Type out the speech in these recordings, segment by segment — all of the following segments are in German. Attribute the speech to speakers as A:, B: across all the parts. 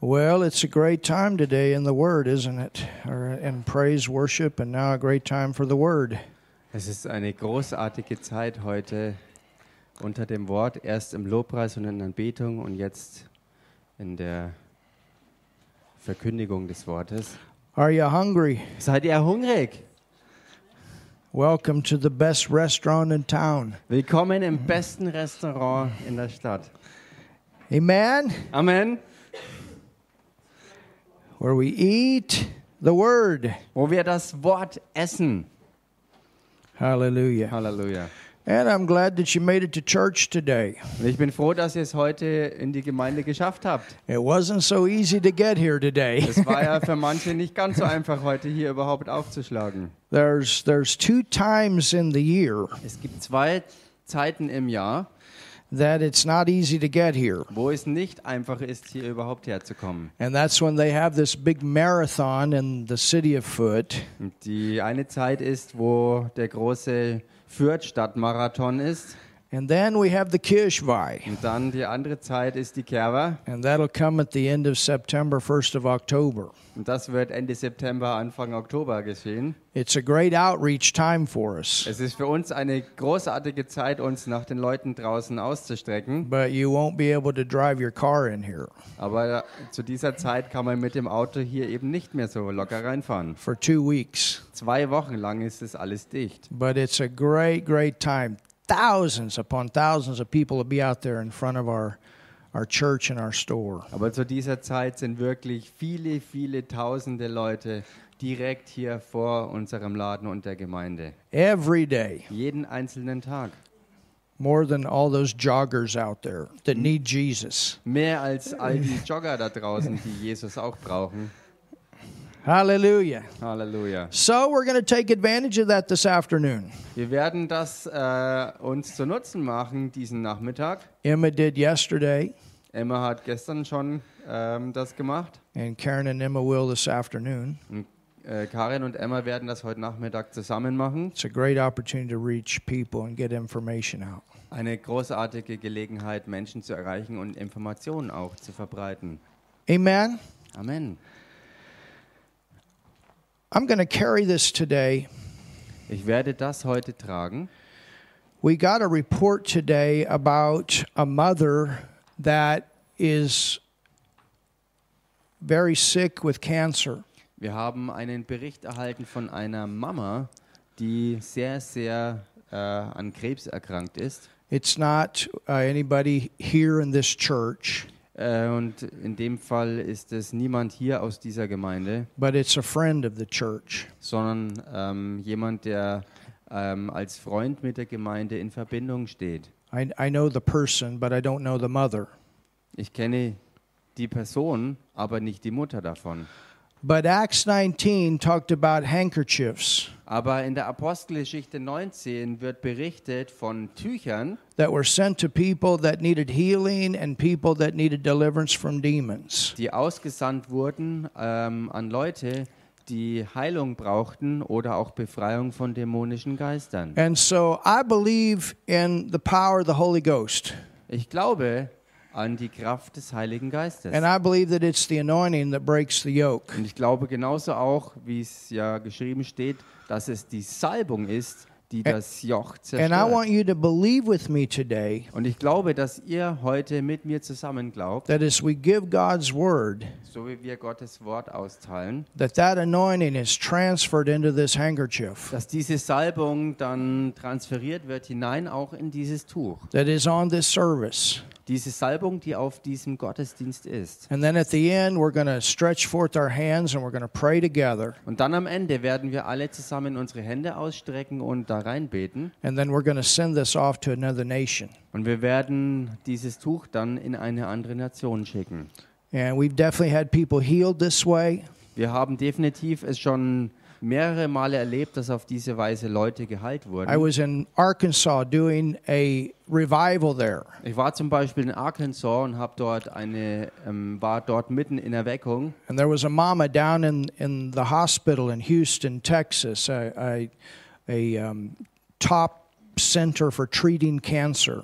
A: Well, it's a great time today in the Word, isn't it? Or in praise, worship, and now a great time for the Word.
B: Es ist eine großartige Zeit heute unter dem Wort, erst im Lobpreis und in der Anbetung und jetzt in der Verkündigung des Wortes.
A: Are you hungry?
B: Seid ihr hungrig?
A: Welcome to the best restaurant in town.
B: Willkommen im besten Restaurant in der Stadt.
A: Amen.
B: Amen.
A: Where we eat the Word.
B: Wo wir das Wort essen.
A: Hallelujah.
B: Halleluja.
A: And I'm glad that you made it to church today.
B: Und ich bin froh, dass ihr es heute in die Gemeinde geschafft habt.
A: It wasn't so easy to get here today.
B: Es war ja für manche nicht ganz so einfach, heute hier überhaupt aufzuschlagen.
A: There's there's two times in the year
B: Es gibt zwei Zeiten im Jahr,
A: that it's not easy to get here.
B: wo es nicht einfach ist, hier überhaupt herzukommen.
A: And that's when they have this big marathon in the city of Foot.
B: Und die eine Zeit ist, wo der große Fürth-Stadtmarathon ist.
A: And then we have the Kishvai.
B: Und dann die andere Zeit ist die Kerwa.
A: And that'll come at the end of September, 1st of October.
B: Und das wird Ende September, Anfang Oktober geschehen.
A: It's a great outreach time for us,
B: Es ist für uns eine großartige Zeit, uns nach den Leuten draußen auszustrecken.
A: but you won't be able to drive your car in here
B: Aber zu dieser Zeit kann man mit dem Auto hier eben nicht mehr so locker reinfahren.
A: for two weeks.
B: Zwei Wochen lang ist es alles dicht.
A: But it's a great, great time. Thousands upon thousands of people will be out there in front of our, our church and our store.
B: Aber zu dieser Zeit sind wirklich viele, viele tausende Leute direkt hier vor unserem Laden und der Gemeinde.
A: Every day,
B: Jeden einzelnen Tag.
A: more than all those joggers out there that need Jesus.
B: Mehr als all die Jogger da draußen, die Jesus auch brauchen.
A: Hallelujah.
B: Halleluja.
A: So we're going to take advantage of that this afternoon.
B: Wir werden das äh, uns zu Nutzen machen, diesen Nachmittag.
A: Emma did yesterday,
B: Emma hat gestern schon ähm, das gemacht.
A: and Karen and Emma will this afternoon.
B: Und, äh, Karin und Emma werden das heute Nachmittag zusammen machen.
A: It's a great opportunity to reach people and get information out.
B: Eine großartige Gelegenheit, Menschen zu erreichen und Informationen auch zu verbreiten.
A: Amen.
B: Amen.
A: I'm going to carry this today.
B: Ich werde das heute tragen.
A: We got a report today about a mother that is very sick with cancer.
B: Wir haben einen Bericht erhalten von einer Mama, die sehr, sehr äh, an Krebs erkrankt ist.
A: It's not uh, anybody here in this church,
B: Äh, und in dem Fall ist es niemand hier aus dieser Gemeinde,
A: but it's a friend of the church.
B: sondern ähm, jemand, der ähm, als Freund mit der Gemeinde in Verbindung steht.
A: I, I know the person, but I don't know the mother.
B: Ich kenne die Person, aber nicht die Mutter davon.
A: But Acts 19 talked about handkerchiefs
B: Aber in der Apostelgeschichte 19 wird berichtet von Tüchern,
A: that were sent to people that needed healing and people that needed deliverance from demons.
B: die ausgesandt wurden ähm, an Leute, die Heilung brauchten oder auch Befreiung von dämonischen Geistern.
A: And so I believe in the power of the Holy Ghost.
B: Ich glaube an die Kraft des Heiligen Geistes.
A: And I believe that it's the anointing that breaks the yoke.
B: Und ich glaube genauso auch, wie es ja geschrieben steht, dass es die Salbung ist, die das Joch
A: And I
B: zerstört.
A: want you to believe with me today
B: Und ich glaube, dass ihr heute mit mir zusammen glaubt,
A: that as we give God's word,
B: so wie wir Gottes Wort austeilen,
A: that that anointing is transferred into this handkerchief
B: dass diese Salbung dann transferiert wird hinein auch in dieses Tuch.
A: that is on this service.
B: Diese Salbung, die auf diesem Gottesdienst ist.
A: And then at the end, we're going to stretch forth our hands and we're going to pray together.
B: Und dann am Ende werden wir alle zusammen unsere Hände ausstrecken und da reinbeten.
A: And then we're going to send this off to another nation.
B: Und wir werden dieses Tuch dann in eine andere Nation schicken.
A: And we've definitely had people healed this way.
B: Wir haben definitiv es schon mehrere Male erlebt, dass auf diese Weise Leute geheilt
A: I
B: wurden.
A: was in Arkansas doing a revival there.
B: Ich war zum Beispiel in Arkansas und habe dort eine, ähm, war dort mitten in Erweckung.
A: And there was a mama down in, in the hospital in Houston, Texas, a, a, a um, top center for treating cancer.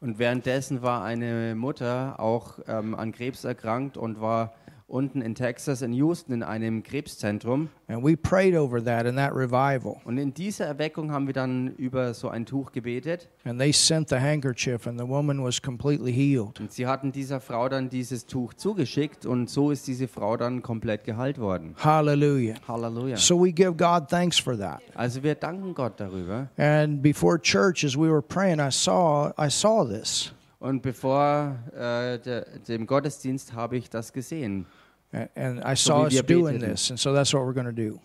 B: Und währenddessen war eine Mutter auch ähm, an Krebs erkrankt und war unten in Texas, in Houston, in einem Krebszentrum.
A: And we prayed over that in that revival.
B: Und in dieser Erweckung haben wir dann über so ein Tuch gebetet.
A: And they sent the handkerchief, and the woman was completely healed.
B: Und sie hatten dieser Frau dann dieses Tuch zugeschickt und so ist diese Frau dann komplett geheilt worden.
A: Hallelujah.
B: Halleluja.
A: So we give God thanks for that.
B: Also wir danken Gott darüber.
A: And before church, as we were praying, I saw I saw this,
B: Und bevor äh, de, dem Gottesdienst habe ich das gesehen.
A: and, and I
B: So
A: saw
B: we-
A: us
B: we
A: doing
B: abated it.
A: this, and so that's what we're going to do.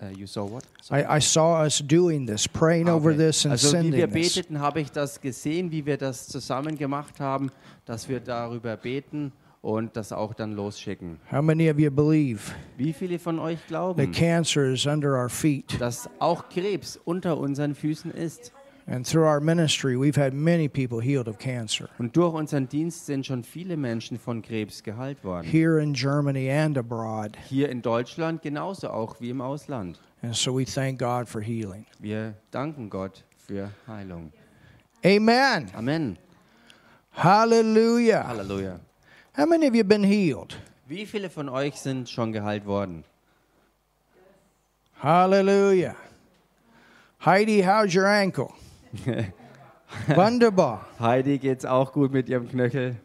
B: Äh, you saw what? Sorry.
A: I, I saw us doing this, praying
B: Ah,
A: over
B: okay.
A: this and
B: also wie wir
A: sending this.
B: beteten, habe ich das gesehen, wie wir das zusammen gemacht haben, dass wir darüber beten und das auch dann losschicken.
A: How many of you believe
B: Wie viele von euch
A: that
B: glauben,
A: cancer is under our feet?
B: dass auch Krebs unter unseren Füßen ist?
A: And through our ministry, we've had many people healed of cancer
B: Und durch unseren Dienst sind schon viele Menschen von Krebs geheilt worden.
A: here in Germany and abroad.
B: Hier in Deutschland genauso auch wie im Ausland.
A: And so we thank God for healing.
B: Wir danken Gott für Heilung.
A: Amen.
B: Amen.
A: Hallelujah.
B: Halleluja.
A: How many of you have been healed?
B: Wie viele von euch sind schon geheilt worden?
A: Hallelujah. Heidi, how's your ankle? Wunderbar.
B: Heidi geht's auch gut mit ihrem Knöchel.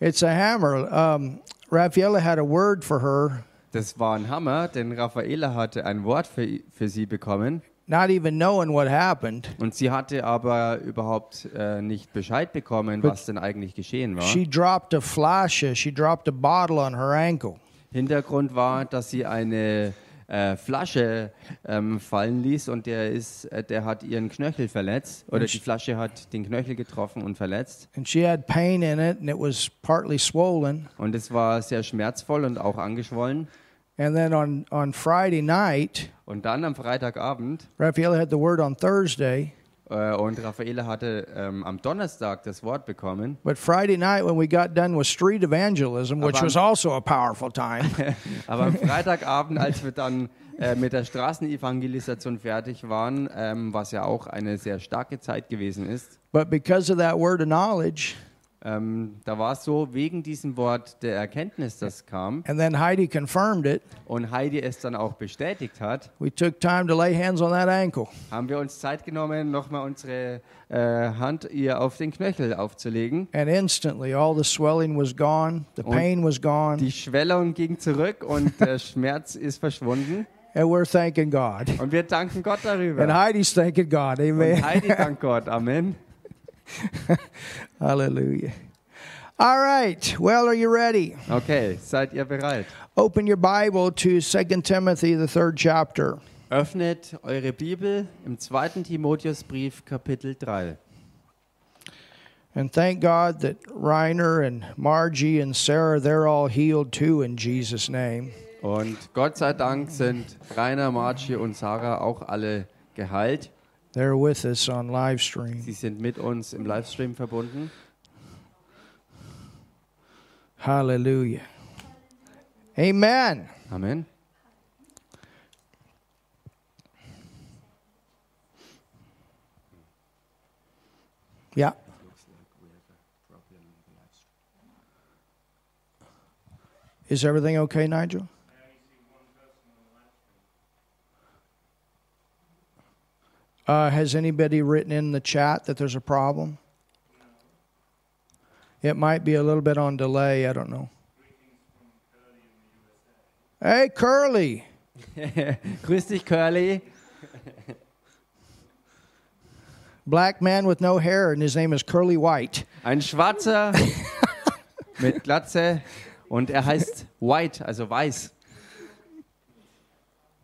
A: It's a hammer. Um, Raffaella had a word for her,
B: Das war ein Hammer, denn Raffaela hatte ein Wort für, für sie bekommen
A: not even knowing what happened.
B: und sie hatte aber überhaupt äh, nicht Bescheid bekommen, was denn eigentlich geschehen war.
A: She dropped a flasha. She dropped a bottle on her ankle.
B: Hintergrund war, dass sie eine äh, Flasche ähm, fallen ließ und der ist, äh, der hat ihren Knöchel verletzt oder die Flasche hat den Knöchel getroffen und verletzt
A: And she had pain in it, and it was partly swollen.
B: und es war sehr schmerzvoll und auch angeschwollen.
A: And then on, on Friday night,
B: Und dann am Freitagabend
A: Raffaella had the word on Thursday.
B: äh, und Raffaele hatte ähm, am Donnerstag das Wort bekommen.
A: But Friday night, when we got done with street evangelism, which
B: About-
A: was also a powerful time,
B: Aber am Freitagabend, als wir dann äh, mit der Straßenevangelisation fertig waren, ähm, was ja auch eine sehr starke Zeit gewesen ist,
A: but because of that word of knowledge,
B: ähm, da war es so, wegen diesem Wort der Erkenntnis, das kam
A: and then Heidi confirmed it,
B: und Heidi es dann auch bestätigt hat,
A: we took time to lay hands on that ankle.
B: haben wir uns Zeit genommen, nochmal unsere äh, Hand ihr auf den Knöchel aufzulegen.
A: And instantly, all the swelling was gone, the
B: Und
A: pain was gone,
B: Die Schwellung ging zurück und der Schmerz ist verschwunden.
A: and we're thanking God.
B: Und wir danken Gott
A: And
B: darüber.
A: Heidi's thanking God.
B: Und
A: Amen.
B: Heidi dankt Gott. Amen.
A: Hallelujah. All right. Well, are you ready?
B: Okay, seid ihr bereit?
A: Open your Bible to 2 Timothy, the third chapter.
B: Öffnet eure Bibel im 2. Timotheusbrief Kapitel 3.
A: And thank God that Reiner and Margie and Sarah, they're all healed too in Jesus' name.
B: Und Gott sei Dank sind Rainer, Marci und Sarah auch alle geheilt.
A: They're with us on live stream.
B: Sie sind mit uns im Livestream verbunden.
A: Hallelujah. Amen.
B: Amen.
A: Yeah. Is everything okay, Nigel? Uh, has anybody written in the chat that there's a problem? It might be a little bit on delay. I don't know. Hey, Curly.
B: Grüß dich, Curly.
A: Black man with no hair, and his name is Curly White.
B: Ein Schwarzer mit Glatze und er heißt White, also weiß.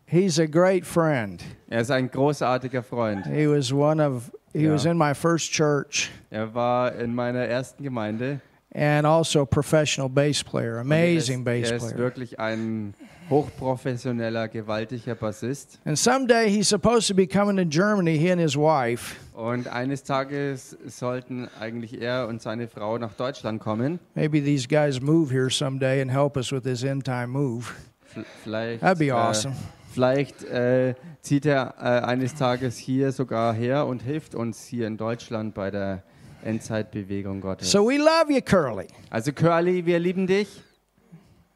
A: He's a great friend.
B: Er ist ein großartiger Freund.
A: He was one of he
B: Yeah.
A: was in my first church
B: Er war in meiner ersten Gemeinde.
A: and also a professional bass player, amazing
B: er ist,
A: bass
B: er ist
A: player.
B: wirklich ein hochprofessioneller, gewaltiger Bassist.
A: And someday he's supposed to be coming to Germany, he and his wife,
B: Und eines Tages sollten eigentlich er und seine Frau nach Deutschland kommen.
A: Maybe these guys move here someday and help us with this end time move.
B: V- Vielleicht,
A: That'd be awesome.
B: äh, vielleicht äh, zieht er äh, eines Tages hier sogar her und hilft uns hier in Deutschland bei der Endzeitbewegung Gottes.
A: So we love you, Curly.
B: also Curly, wir lieben dich.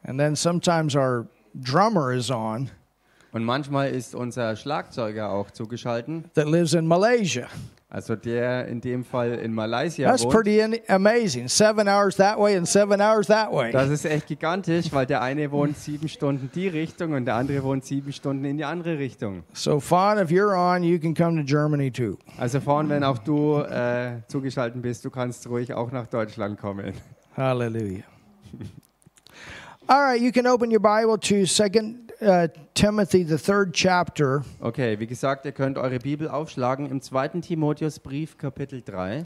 A: And then sometimes our drummer is on
B: Und manchmal ist unser Schlagzeuger auch zugeschalten.
A: that lives in Malaysia.
B: Also der in dem Fall in Malaysia
A: That's
B: wohnt.
A: pretty in- amazing. Seven hours that way and seven hours that way.
B: Das ist echt gigantisch, weil der eine wohnt sieben Stunden die Richtung und der andere wohnt sieben Stunden in die andere Richtung.
A: So, Fawn, if you're on, you can come to Germany too.
B: Also vorn, wenn auch du äh, zugeschaltet bist, du kannst ruhig auch nach Deutschland kommen.
A: Hallelujah. All right, you can open your Bible to Second uh, Timothy, the third chapter,
B: Okay, wie gesagt, ihr könnt eure Bibel aufschlagen im 2. Timotheusbrief Kapitel 3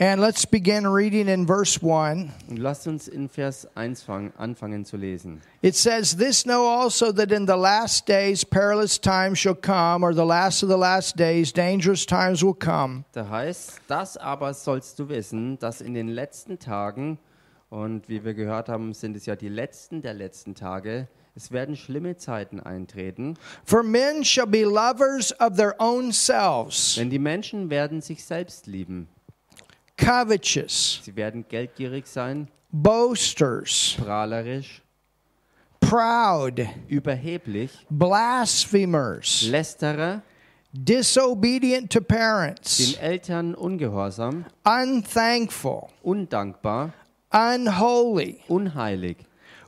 A: and let's begin reading in verse one.
B: und lasst uns in Vers 1 fang, anfangen zu lesen.
A: It says, This know also that in the last days perilous times shall come, or the last of the last days dangerous times will come.
B: Da heißt, das aber sollst du wissen, dass in den letzten Tagen, und wie wir gehört haben, sind es ja die letzten der letzten Tage, es werden schlimme Zeiten eintreten,
A: For men shall be lovers of their own selves,
B: denn die Menschen werden sich selbst lieben.
A: covetous,
B: Sie werden geldgierig sein,
A: boasters,
B: prahlerisch,
A: proud,
B: überheblich,
A: blasphemers,
B: Lästerer,
A: disobedient to
B: den
A: parents,
B: Eltern ungehorsam,
A: unthankful,
B: undankbar,
A: unholy,
B: unheilig,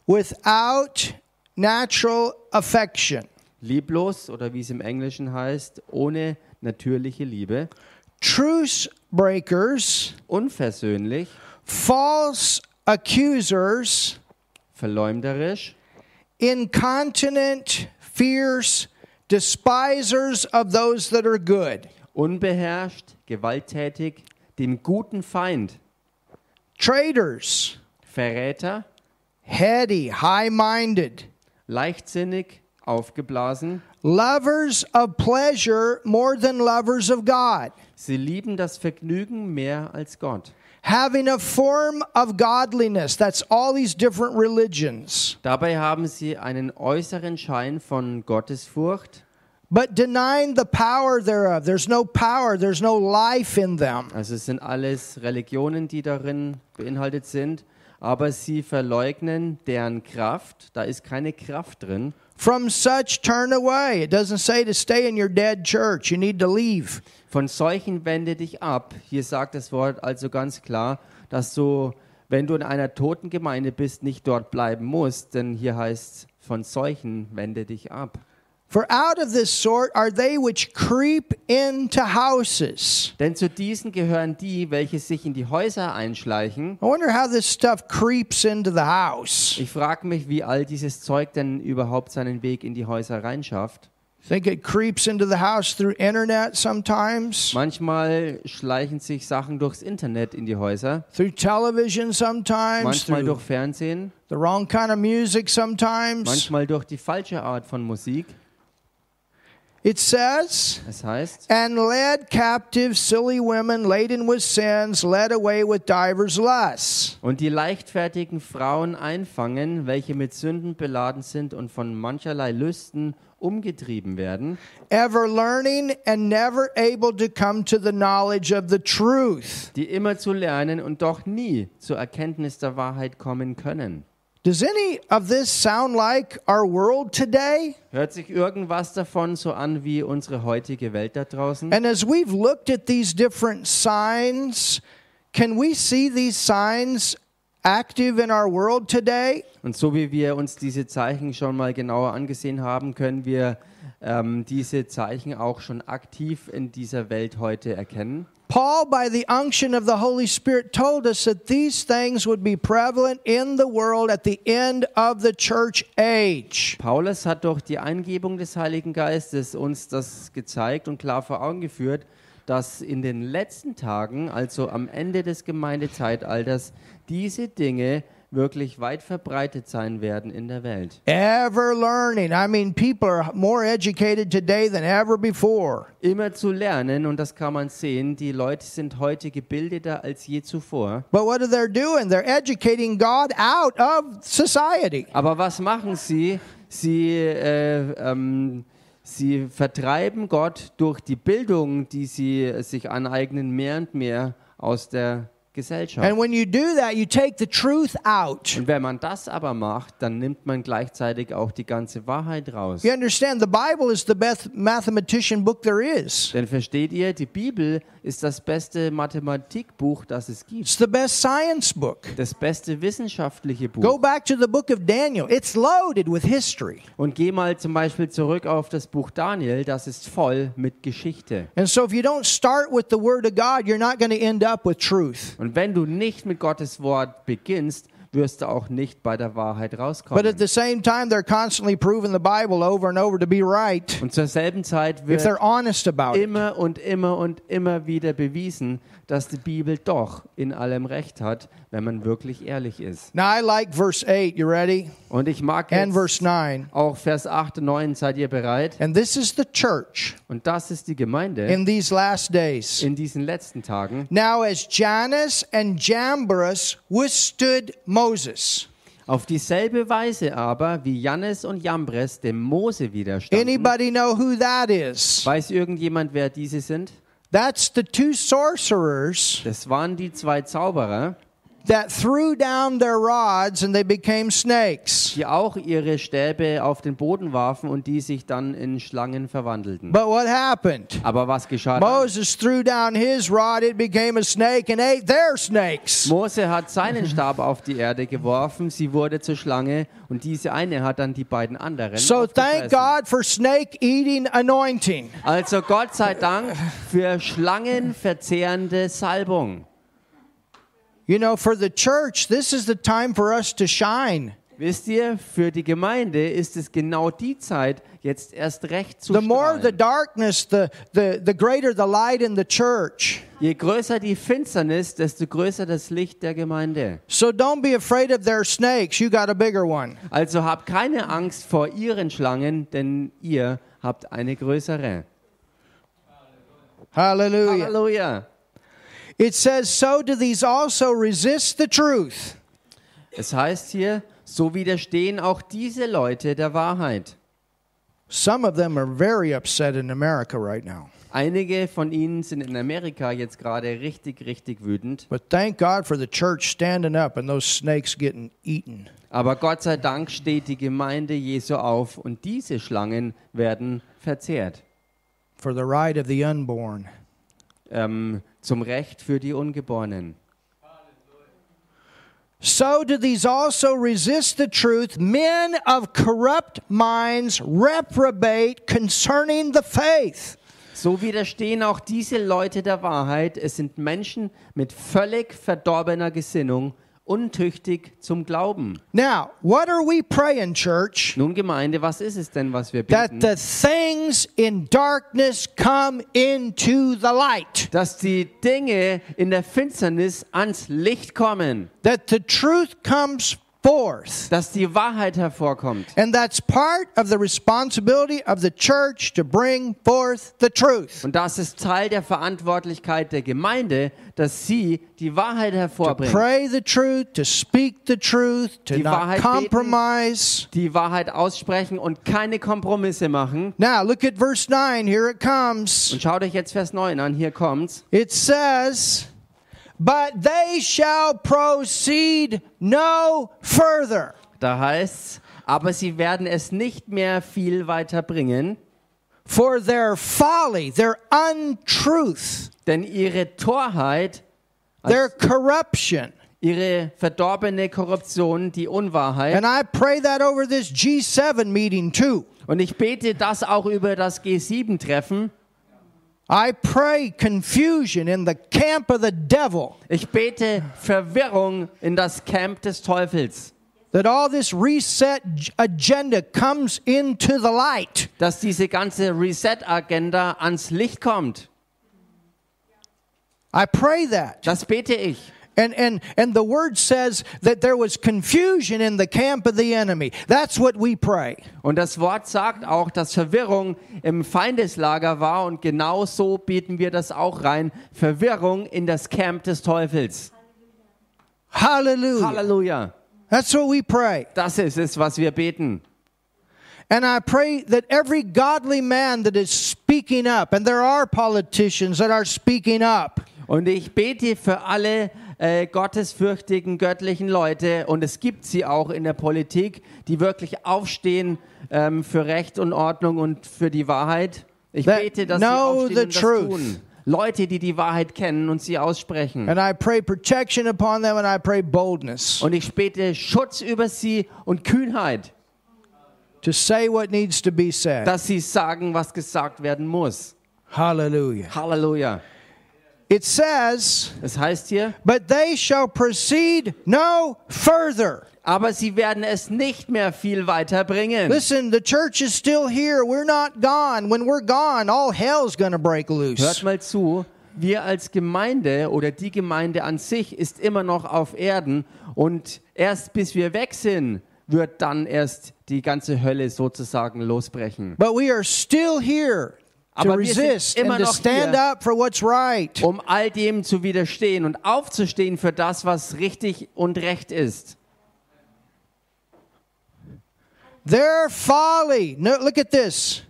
A: without natural affection,
B: lieblos oder wie es im Englischen heißt, ohne natürliche Liebe,
A: truce breakers,
B: unversöhnlich,
A: false accusers,
B: verleumderisch,
A: incontinent, fierce, despisers of those that are good,
B: unbeherrscht, gewalttätig, den guten Feind,
A: traitors,
B: Verräter,
A: heady, high minded,
B: leichtsinnig, aufgeblasen.
A: lovers of pleasure more than lovers of God,
B: Sie lieben das Vergnügen mehr als Gott.
A: having a form of godliness. That's all these different religions,
B: Dabei haben sie einen äußeren Schein von Gottesfurcht,
A: but denying the power thereof. There's no power, there's no life in them.
B: also es sind alles Religionen, die darin beinhaltet sind, aber sie verleugnen deren Kraft, da ist keine Kraft drin.
A: From such turn away. It doesn't say to stay in your dead church, you need to leave.
B: Von solchen wende dich ab. Hier sagt das Wort also ganz klar, dass du, wenn du in einer toten Gemeinde bist, nicht dort bleiben musst, denn hier heißt von solchen wende dich ab.
A: For out of this sort are they which creep into houses.
B: Denn zu diesen gehören die, welche sich in die Häuser einschleichen.
A: I wonder how this stuff creeps into the house.
B: Ich frage mich, wie all dieses Zeug denn überhaupt seinen Weg in die Häuser reinschafft.
A: Think it creeps into the house through internet sometimes,
B: Manchmal schleichen sich Sachen durchs Internet in die Häuser,
A: through television sometimes,
B: manchmal
A: through
B: durch Fernsehen,
A: the wrong kind of music sometimes.
B: manchmal durch die falsche Art von Musik.
A: It says,
B: Es heißt,
A: and led captive silly women laden with sins, led away with divers lusts.
B: und die leichtfertigen Frauen einfangen, welche mit Sünden beladen sind und von mancherlei Lüsten umgetrieben werden,
A: ever learning and never able to come to the knowledge of the truth.
B: die immer zu lernen und doch nie zur Erkenntnis der Wahrheit kommen können.
A: Does any of this sound like our world today?
B: Hört sich irgendwas davon so an wie unsere heutige Welt da draußen?
A: And as we've looked at these different signs, can we see these signs active in our world today?
B: Und so wie wir uns diese Zeichen schon mal genauer angesehen haben, können wir ähm, diese Zeichen auch schon aktiv in dieser Welt heute erkennen.
A: Paul, by the unction of the Holy Spirit, told us that these things would be prevalent in the world at the end of the church age.
B: Paulus hat durch die Eingebung des Heiligen Geistes uns das gezeigt und klar vor Augen geführt, dass in den letzten Tagen, also am Ende des Gemeindezeitalters, diese Dinge wirklich weit verbreitet sein werden in der Welt.
A: Ever learning. I mean, people are more educated today than ever before.
B: Immer zu lernen, und das kann man sehen, die Leute sind heute gebildeter als je zuvor.
A: But what are they doing? They're educating God out of society.
B: Aber was machen sie? Sie, äh, ähm, sie vertreiben Gott durch die Bildung, die sie sich aneignen, mehr und mehr aus der Gesellschaft.
A: And when you do that, you take the truth out.
B: Und wenn man das aber macht, dann nimmt man gleichzeitig auch die ganze Wahrheit raus.
A: You understand, the Bible is the best mathematician book there is.
B: Denn versteht ihr, die Bibel ist das beste Mathematikbuch, das es gibt.
A: It's the best science book.
B: Das beste wissenschaftliche
A: Go
B: Buch.
A: back to the book of Daniel. It's loaded with history.
B: Und geh mal zum Beispiel zurück auf das Buch Daniel, das ist voll mit Geschichte.
A: And so if you don't start with the Word of God, you're not going to end up with truth.
B: Und wenn du nicht mit Gottes Wort beginnst, wirst du auch nicht bei der Wahrheit
A: But at
B: rauskommen.
A: the same time, they're constantly proving the Bible over and over to be right
B: Und zur selben Zeit
A: if
B: wird
A: they're honest about it.
B: immer und immer und immer wieder bewiesen, dass die Bibel doch in allem recht hat, wenn man wirklich ehrlich ist.
A: Now, I like verse 8. You ready?
B: Und ich mag
A: And
B: jetzt
A: verse 9.
B: auch Vers 8 und 9, seid ihr bereit?
A: And this is the church
B: Und das ist die Gemeinde
A: in these last days.
B: in diesen letzten Tagen.
A: Now, as Janus and Jambres withstood Moses.
B: Auf dieselbe Weise aber, wie Jannes und Jambres dem Mose widerstanden.
A: Anybody know who that is?
B: Weiß irgendjemand, wer diese sind?
A: That's the two sorcerers
B: Das waren die zwei Zauberer,
A: that threw down their rods and they became snakes.
B: die auch ihre Stäbe auf den Boden warfen und die sich dann in Schlangen verwandelten.
A: But what happened?
B: Aber was geschah dann?
A: Moses threw down his rod, it became a snake, and ate their snakes.
B: Mose hat seinen Stab auf die Erde geworfen, sie wurde zur Schlange und diese eine hat dann die beiden anderen
A: So thank
B: aufgefressen.
A: God for snake eating anointing.
B: Also Gott sei Dank für schlangenverzehrende Salbung.
A: You know, for the church, this is the time for us to shine.
B: Wisst ihr, für die Gemeinde ist es genau die Zeit, jetzt erst recht zu
A: The more the
B: strahlen.
A: darkness, the, the, the greater the light in the church.
B: Je größer die Finsternis, desto größer das Licht der Gemeinde.
A: So don't be afraid of their snakes. You got a bigger one.
B: Also habt keine Angst vor ihren Schlangen, denn ihr habt eine größere.
A: Hallelujah.
B: Halleluja.
A: It says, So do these also resist the truth.
B: Es heißt hier, so widerstehen auch diese Leute der Wahrheit.
A: Some of them are very upset in America right now.
B: Einige von ihnen sind in Amerika jetzt gerade richtig, richtig wütend.
A: But thank God for the church standing up and those snakes getting eaten.
B: Aber Gott sei Dank steht die Gemeinde Jesu auf und diese Schlangen werden verzehrt.
A: For the right of the unborn.
B: Ähm, zum Recht für die Ungeborenen.
A: So do these also resist the truth. Men of corrupt minds reprobate concerning the faith.
B: So widerstehen auch diese Leute der Wahrheit. Es sind Menschen mit völlig verdorbener Gesinnung, untüchtig zum Glauben.
A: Now, what are we praying, church?
B: Nun Gemeinde, was ist es denn, was wir
A: that
B: beten?
A: the things in darkness come into the light,
B: Dass die Dinge in der Finsternis ans Licht kommen,
A: that the truth comes forth.
B: dass die Wahrheit hervorkommt.
A: And that's part of the responsibility of the church to bring forth the truth,
B: Und das ist Teil der Verantwortlichkeit der Gemeinde, dass sie die Wahrheit
A: to
B: hervorbringt,
A: pray the truth, to speak the truth, to
B: Die
A: not
B: Wahrheit beten.
A: compromise.
B: die Wahrheit aussprechen und keine Kompromisse machen.
A: Now, look at verse 9. Here it
B: Und
A: comes.
B: schaut euch jetzt Vers 9 an, hier kommt's.
A: It says, But they shall proceed no further.
B: Da heißt's, aber sie werden es nicht mehr viel weiter bringen,
A: for their folly, their untruth,
B: denn ihre Torheit,
A: their corruption.
B: ihre verdorbene Korruption, die Unwahrheit.
A: And I pray that over this G7 meeting too.
B: Und ich bete das auch über das G7-Treffen.
A: I pray confusion in the camp of the devil,
B: Ich bete Verwirrung in das Camp des Teufels.
A: that all this reset j- agenda comes into the light.
B: dass diese ganze Reset-Agenda ans Licht kommt.
A: I pray that.
B: Das bete ich.
A: And, and, and the word says that there was confusion in the camp of the enemy. That's what we pray.
B: Und das Wort sagt auch, dass Verwirrung im Feindeslager war und genau so beten wir das auch rein. Verwirrung in das Camp des Teufels.
A: Hallelujah.
B: Halleluja.
A: That's what we pray.
B: Das ist es, was wir beten.
A: And I pray that every godly man that is speaking up, and there are politicians that are speaking up,
B: Und ich bete für alle äh, äh, gottesfürchtigen, göttlichen Leute, und es gibt sie auch in der Politik, die wirklich aufstehen ähm, für Recht und Ordnung und für die Wahrheit. Ich
A: That
B: bete, dass
A: know
B: sie aufstehen
A: the
B: und das
A: truth.
B: tun. Leute, die die Wahrheit kennen und sie aussprechen.
A: And I pray protection upon them and I pray boldness
B: Und ich bete Schutz über sie und Kühnheit,
A: to say what needs to be said.
B: dass sie sagen, was gesagt werden muss.
A: Hallelujah.
B: Halleluja.
A: It says,
B: Das heißt hier,
A: but they shall proceed no further.
B: aber sie werden es nicht mehr viel weiterbringen.
A: Listen, the church is still here. We're not gone. When we're gone, all hell's going to break
B: Hört
A: loose.
B: mal zu, wir als Gemeinde oder die Gemeinde an sich ist immer noch auf Erden und erst bis wir weg sind, wird dann erst die ganze Hölle sozusagen losbrechen.
A: But we are still here to
B: Aber wir sind
A: resist
B: immer
A: and to
B: noch
A: stand
B: hier.
A: up for what's right.
B: Um all dem zu widerstehen und aufzustehen für das, was richtig und recht ist.
A: Their folly. No, look at this.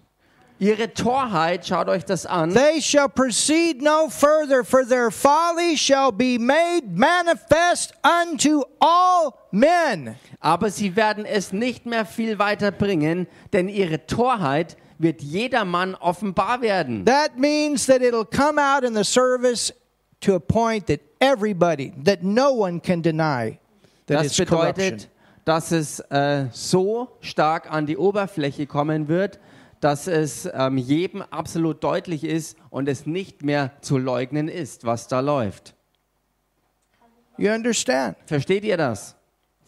B: Ihre Torheit, schaut euch das an,
A: They shall proceed no further, for their folly shall be made manifest unto all men.
B: aber sie werden es nicht mehr viel weiterbringen, denn ihre Torheit wird jedermann offenbar werden.
A: That means that it'll come out in the service to a point that everybody, that no one can deny that
B: Das
A: it's corruption.
B: bedeutet, dass es äh, so stark an die Oberfläche kommen wird, dass es ähm, jedem absolut deutlich ist und es nicht mehr zu leugnen ist, was da läuft.
A: You understand?
B: Versteht ihr das?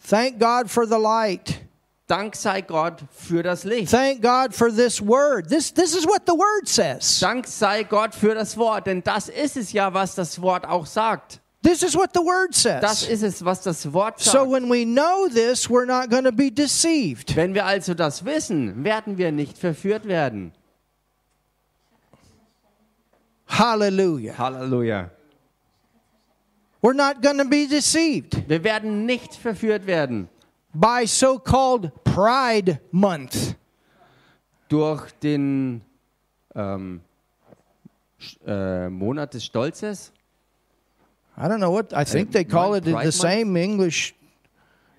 A: Thank God for the light.
B: Dank sei Gott für das Licht.
A: Thank God for this word. This, this is what the word says.
B: Dank sei Gott für das Wort, denn das ist es ja, was das Wort auch sagt.
A: This is what the word
B: Das
A: says.
B: ist es, was das Wort
A: So
B: sagt.
A: when we know this, we're not going to be deceived.
B: Wenn wir also das wissen, werden wir nicht verführt werden.
A: Hallelujah.
B: Halleluja.
A: We're not going to be deceived
B: Wir werden nicht verführt werden
A: by so called Pride Month.
B: durch den ähm, Sch- äh, Monat des Stolzes.
A: I don't know what, I think they call
B: Mon-
A: it in
B: Pride
A: the
B: Month?
A: same English.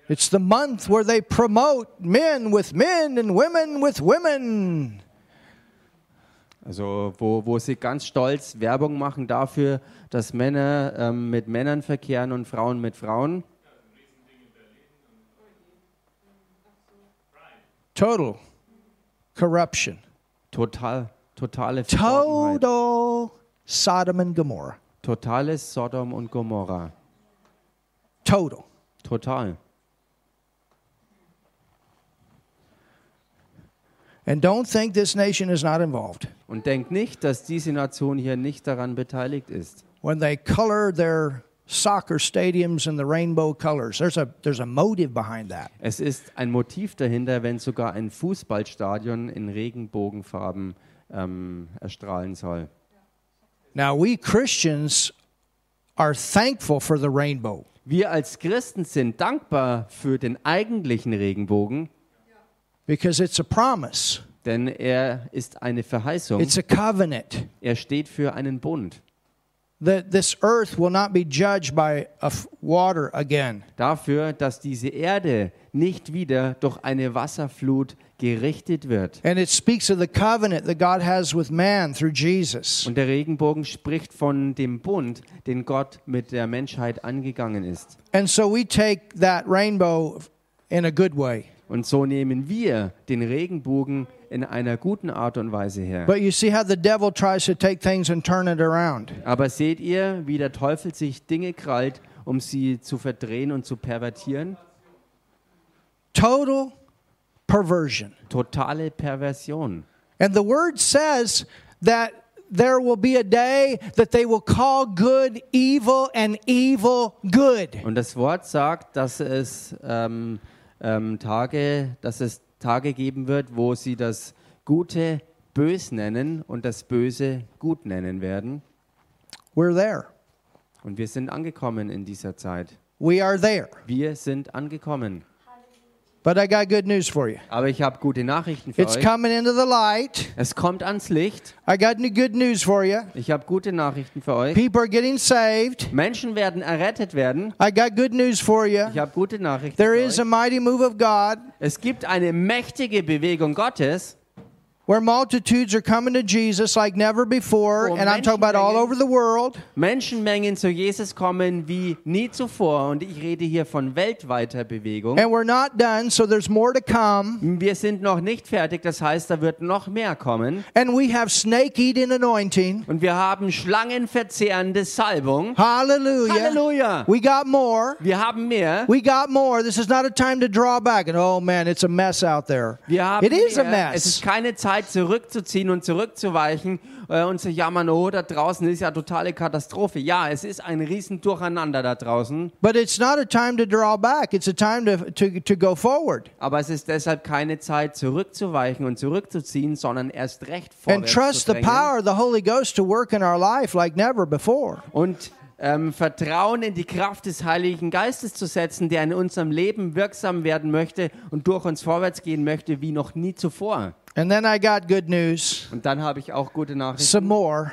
A: It's the month where they promote men with men and women with women.
B: Also wo, wo sie ganz stolz Werbung machen dafür, dass Männer ähm, mit Männern verkehren und Frauen mit Frauen.
A: Total corruption,
B: Total, totale Verdorbenheit.
A: total Sodom and Gomorrah.
B: Totales Sodom und Gomorra.
A: Total.
B: Total.
A: And don't think this nation is not involved.
B: Und denkt nicht, dass diese Nation hier nicht daran beteiligt ist.
A: When they color their soccer stadiums in the rainbow colors, there's a, there's a motive behind that.
B: Es ist ein Motiv dahinter, wenn sogar ein Fußballstadion in Regenbogenfarben ähm, erstrahlen soll.
A: Now, we Christians are thankful for the rainbow.
B: Wir als Christen sind dankbar für den eigentlichen Regenbogen,
A: Because it's a promise,
B: denn er ist eine Verheißung.
A: it's a covenant
B: Er steht für einen Bund.
A: that this earth will not be judged by a f- water again.
B: Dafür, dass diese Erde nicht wieder durch eine Wasserflut gerichtet wird.
A: And it speaks of the covenant that God has with man through Jesus.
B: Und der Regenbogen spricht von dem Bund, den Gott mit der Menschheit angegangen ist.
A: And so we take that rainbow in a good way.
B: Und so nehmen wir den Regenbogen in einer guten Art und Weise her.
A: But you see how the devil tries to take things and turn it around.
B: Aber seht ihr, wie der Teufel sich Dinge krallt, um sie zu verdrehen und zu pervertieren?
A: Total perversion.
B: Totale Perversion.
A: And the word says that there will be a day that they will call good evil and evil good.
B: Und das Wort sagt, dass es ähm, ähm, Tage, dass es Tage geben wird, wo sie das Gute bös nennen und das Böse gut nennen werden.
A: We're there.
B: Und wir sind angekommen in dieser Zeit.
A: We are there.
B: Wir sind angekommen.
A: But I got good news for you.
B: Aber ich habe gute Nachrichten für
A: It's
B: euch.
A: coming into the light.
B: Es kommt ans Licht.
A: I got new good news for you.
B: Ich habe gute Nachrichten für euch.
A: People are getting saved.
B: Menschen werden errettet werden.
A: I got good news for you.
B: Ich habe gute Nachrichten
A: There
B: für
A: is a
B: euch.
A: mighty move of God
B: Es gibt eine mächtige Bewegung Gottes,
A: where multitudes are coming to Jesus like never before.
B: Wo
A: And I'm talking about all
B: Menschenmengen-
A: over the world.
B: Menschenmengen zu Jesus kommen wie nie zuvor. Und ich rede hier von weltweiter Bewegung.
A: And we're not done, so there's more to come.
B: Wir sind noch nicht fertig, das heißt, da wird noch mehr kommen.
A: And we have snake eating anointing.
B: Und wir haben schlangenverzehrende Salbung.
A: Hallelujah.
B: Halleluja!
A: We got more.
B: Wir haben mehr.
A: We got more. This is not a time to draw back and oh man, it's a mess out there.
B: Wir haben
A: it is a
B: mehr. Es ist
A: mess.
B: keine Zeit, zurückzuziehen und zurückzuweichen äh, und zu jammern, oh, da draußen ist ja totale Katastrophe. Ja, es ist ein Riesendurcheinander da draußen,
A: But it's not a time to draw back. It's a time to, to, to go forward
B: aber es ist deshalb keine Zeit, zurückzuweichen und zurückzuziehen, sondern erst recht
A: and
B: vorwärts
A: trust
B: zu
A: the
B: drängen.
A: power of the Holy Ghost to work in our life like never before.
B: Und ähm, Vertrauen in die Kraft des Heiligen Geistes zu setzen, der in unserem Leben wirksam werden möchte und durch uns vorwärts gehen möchte wie noch nie zuvor.
A: And then I got good news.
B: Und dann habe ich auch gute Nachrichten,
A: Some more.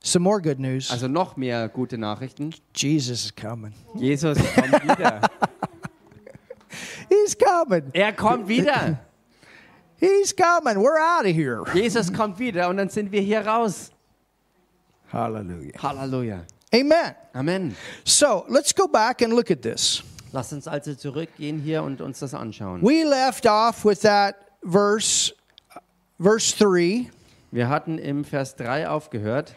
A: Some more good news.
B: also noch mehr gute Nachrichten.
A: Jesus is coming.
B: Jesus kommt wieder.
A: He's coming.
B: Er kommt wieder.
A: He's coming. We're out of here.
B: Jesus kommt wieder und dann sind wir hier raus.
A: Hallelujah.
B: Halleluja.
A: Amen.
B: Amen.
A: So let's go back and look at this.
B: Lasst uns also zurückgehen hier und uns das anschauen.
A: We left off with that verse, verse 3,
B: Wir hatten im Vers 3 aufgehört,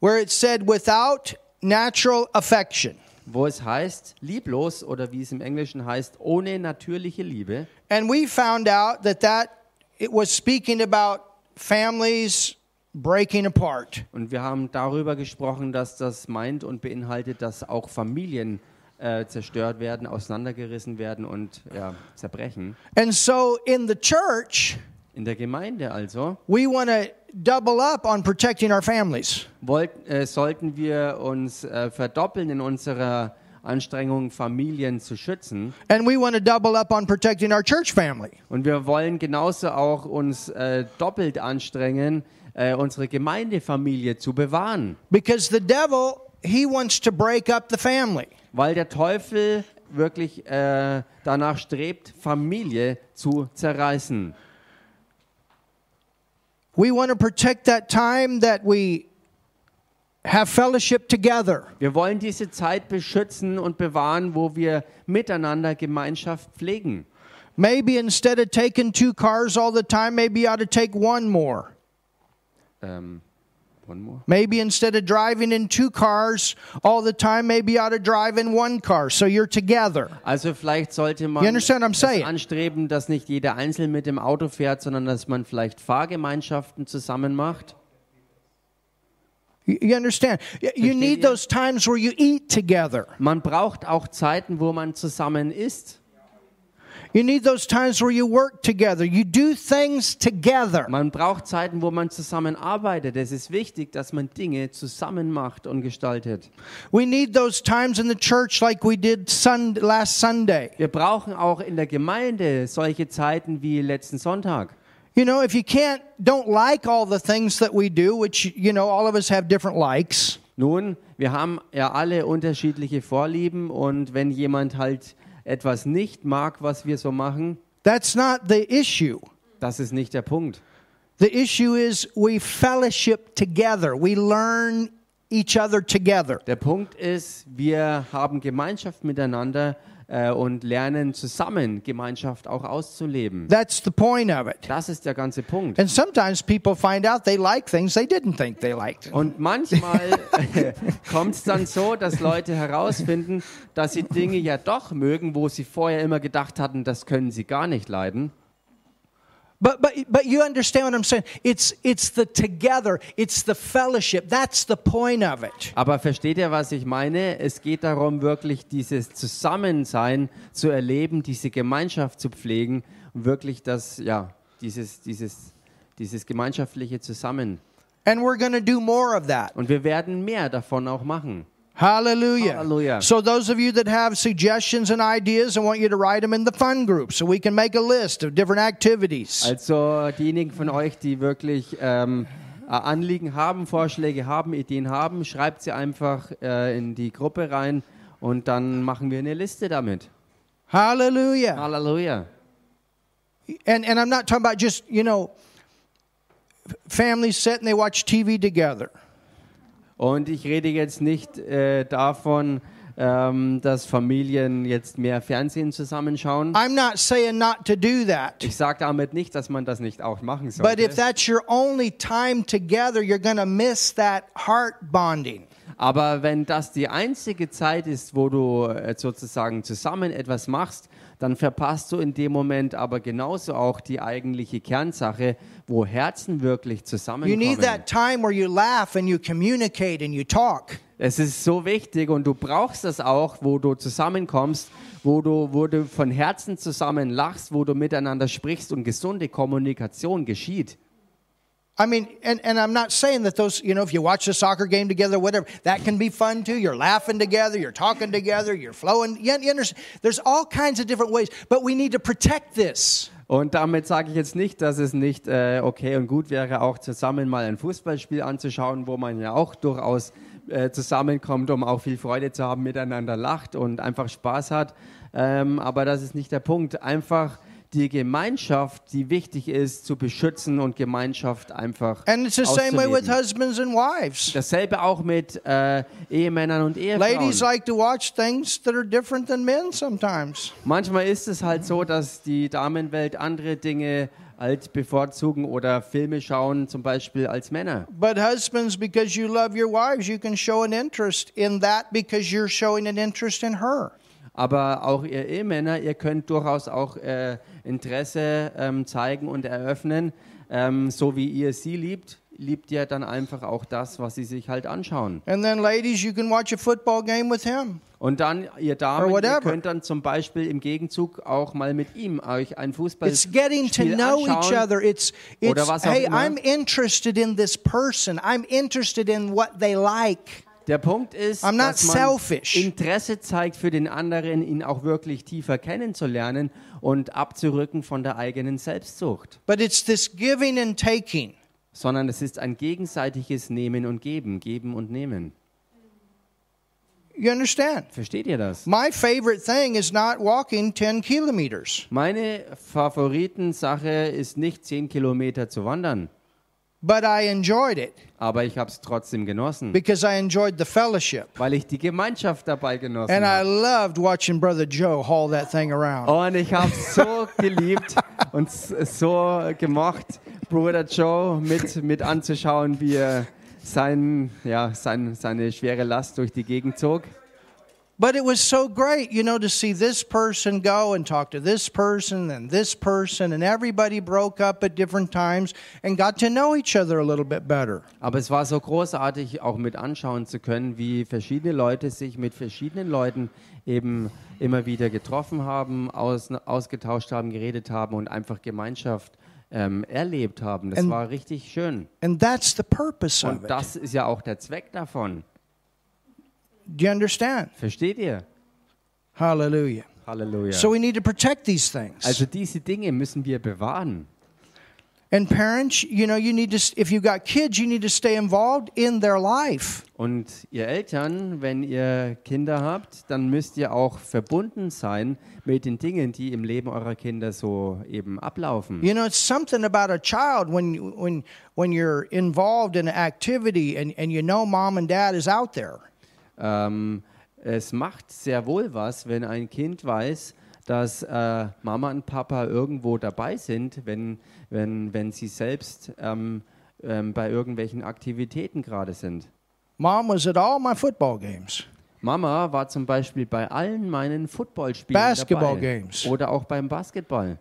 A: where it said, without natural affection.
B: wo es heißt, lieblos oder wie es im Englischen heißt, ohne natürliche Liebe.
A: And we found out that that it was speaking about families breaking apart.
B: Und wir haben darüber gesprochen, dass das meint und beinhaltet, dass auch Familien äh, zerstört werden, auseinandergerissen werden und ja, zerbrechen.
A: And so in the church,
B: In der Gemeinde also
A: we want to double up on protecting our families.
B: wollt, äh, sollten wir uns äh, verdoppeln in unserer Anstrengung, Familien zu schützen.
A: And we want to double up on protecting our church family.
B: Und wir wollen genauso auch uns äh, doppelt anstrengen, äh, unsere Gemeindefamilie zu bewahren.
A: Because the devil, he wants to break up the family.
B: Weil der Teufel wirklich äh, danach strebt, Familie zu zerreißen.
A: We want to protect that time that we have fellowship together.
B: Wir wollen diese Zeit beschützen und bewahren, wo wir miteinander Gemeinschaft pflegen.
A: Maybe instead of taking two cars all the time, maybe you ought to take one more.
B: Ähm, one more.
A: Maybe instead of driving in two cars all the time, maybe you ought to drive in one car so you're together.
B: Also vielleicht sollte man
A: You understand what I'm
B: es
A: saying?
B: anstreben, dass nicht jeder einzeln mit dem Auto fährt, sondern dass man vielleicht Fahrgemeinschaften zusammen macht.
A: You you understand? Y- You
B: Verstehe
A: need
B: ihr?
A: those times where you eat together.
B: Man braucht auch Zeiten, wo man zusammen isst.
A: You need those times where you work together. You do things together.
B: Man braucht Zeiten, wo man zusammen arbeitet. Es ist wichtig, dass man Dinge zusammen macht und gestaltet.
A: We need those times in the church like we did sun- last Sunday.
B: Wir brauchen auch in der Gemeinde solche Zeiten wie letzten Sonntag.
A: You know, if you can't, don't like all the things that we do, which, you know, all of us have different likes,
B: Nun, wir haben ja alle unterschiedliche Vorlieben und wenn jemand halt etwas nicht mag, was wir so machen,
A: that's not the issue.
B: das ist nicht der Punkt.
A: The issue is we fellowship together, we learn each other together.
B: Der Punkt ist, wir haben Gemeinschaft miteinander äh, und lernen zusammen Gemeinschaft auch auszuleben.
A: That's the point of it.
B: Das ist der ganze Punkt.
A: And sometimes people find out they like things they didn't think they liked.
B: Und manchmal kommt es dann so, dass Leute herausfinden, dass sie Dinge ja doch mögen, wo sie vorher immer gedacht hatten, das können sie gar nicht leiden.
A: But but but you understand what I'm saying? It's it's the together, it's the fellowship. That's the point of it.
B: Aber versteht ihr, was ich meine? Es geht darum, wirklich dieses Zusammensein zu erleben, diese Gemeinschaft zu pflegen und wirklich das, ja, dieses, dieses, dieses gemeinschaftliche Zusammen.
A: And we're going to do more of that.
B: Und wir werden mehr davon auch machen.
A: Hallelujah.
B: Hallelujah.
A: So, those of you that have suggestions and ideas, I want you to write them in the fun group so we can make a list of different activities.
B: Also diejenigen von euch, die wirklich ähm, äh, Anliegen haben, Vorschläge haben, Ideen haben, schreibt sie einfach äh, in die Gruppe rein und dann machen wir eine Liste damit.
A: Hallelujah.
B: Halleluja.
A: And, and I'm not talking about just, you know, families sit and they watch TV together.
B: Und ich rede jetzt nicht äh, davon, ähm, dass Familien jetzt mehr Fernsehen zusammenschauen.
A: I'm not saying not to do that.
B: Ich sage damit nicht, dass man das nicht auch machen
A: But if
B: sollte.
A: that's your only time together, you're going to miss that heart bonding.
B: Aber wenn das die einzige Zeit ist, wo du äh, sozusagen zusammen etwas machst, dann verpasst du in dem Moment aber genauso auch die eigentliche Kernsache, wo Herzen wirklich
A: You
B: zusammenkommen.
A: need that time where you laugh and you communicate and you talk.
B: Es ist so wichtig und du brauchst das auch, wo du zusammenkommst, wo du, wo du von Herzen zusammen lachst, wo du miteinander sprichst und gesunde Kommunikation geschieht.
A: I mean, and, and I'm not saying that those, you know, if you watch a soccer game together, whatever, that can be fun too. You're laughing together, you're talking together, you're flowing. You, you understand? There's all kinds of different ways, but we need to protect this.
B: Und damit sage ich jetzt nicht, dass es nicht äh, okay und gut wäre, auch zusammen mal ein Fußballspiel anzuschauen, wo man ja auch durchaus äh, zusammenkommt, um auch viel Freude zu haben, miteinander lacht und einfach Spaß hat. Ähm, aber das ist nicht der Punkt. Einfach die Gemeinschaft, die wichtig ist, zu beschützen und Gemeinschaft einfach
A: And it's the same way with
B: auszuleben.
A: husbands and wives.
B: Dasselbe auch mit äh, Ehemännern und Ehefrauen.
A: Ladies like to watch things that are different than men sometimes.
B: Manchmal ist es halt so, dass die Damenwelt andere Dinge halt bevorzugen oder Filme schauen, zum Beispiel als Männer.
A: But husbands, because you love your wives, you can show an interest in that because you're showing an interest in her.
B: Aber auch ihr Ehemänner, ihr könnt durchaus auch äh, Interesse ähm, zeigen und eröffnen. Ähm, so wie ihr sie liebt, liebt ihr dann einfach auch das, was sie sich halt anschauen.
A: And then, ladies, you can watch a football game with him.
B: Und dann, ihr Damen,
A: Or
B: ihr
A: whatever.
B: könnt dann zum Beispiel im Gegenzug auch mal mit ihm euch ein
A: It's getting to
B: Fußballspiel
A: know each
B: anschauen.
A: other. It's, it's
B: Oder was auch
A: hey,
B: immer.
A: I'm interested in this person. I'm interested in what they like.
B: Der Punkt ist,
A: I'm not
B: dass man
A: selfish.
B: Interesse zeigt für den anderen, ihn auch wirklich tiefer kennenzulernen und abzurücken von der eigenen Selbstsucht.
A: But it's this giving and taking.
B: Sondern es ist ein gegenseitiges Nehmen und Geben, Geben und Nehmen.
A: You understand?
B: Versteht ihr das?
A: My favorite thing is not walking 10 kilometers,
B: Meine Favoritensache ist nicht 10 Kilometer zu wandern,
A: but I enjoyed it
B: aber ich habe es trotzdem genossen,
A: because I enjoyed the fellowship.
B: weil ich die Gemeinschaft dabei genossen
A: And I
B: habe.
A: loved watching Brother Joe haul that thing around.
B: Und ich habe so geliebt und s- so gemocht, Bruder Joe mit, mit anzuschauen, wie er sein, ja, sein, seine schwere Last durch die Gegend zog.
A: But it was so great, you know, to see this person go and talk to this person and this person, and everybody broke up at different times and got to know each other a little bit better.
B: Aber es war so großartig, auch mit anschauen zu können, wie verschiedene Leute sich mit verschiedenen Leuten eben immer wieder getroffen haben, aus, ausgetauscht haben, geredet haben und einfach Gemeinschaft ähm, erlebt haben. Das
A: Ähm,
B: war richtig schön.
A: And that's the purpose of
B: Und
A: it.
B: das ist ja auch der Zweck davon.
A: Do you understand?
B: Versteht ihr?
A: Hallelujah.
B: Halleluja.
A: So we need to protect these things.
B: Also diese Dinge müssen wir bewahren.
A: and parents, you know, you need to, if you've got kids, you need to stay involved in their life.
B: Und ihr Eltern, wenn ihr Kinder habt, dann müsst ihr auch verbunden sein mit den Dingen, die im Leben eurer Kinder so eben ablaufen.
A: You know, it's something about a child when, when, when you're involved in an activity and, and you know mom and dad is out there.
B: Ähm, es macht sehr wohl was, wenn ein Kind weiß, dass äh, Mama und Papa irgendwo dabei sind, wenn, wenn, wenn sie selbst ähm, ähm, bei irgendwelchen Aktivitäten gerade sind.
A: Mom was at all my football games.
B: Mama war zum Beispiel bei allen meinen Footballspielen
A: Basketball
B: dabei.
A: games.
B: Oder auch beim Basketball.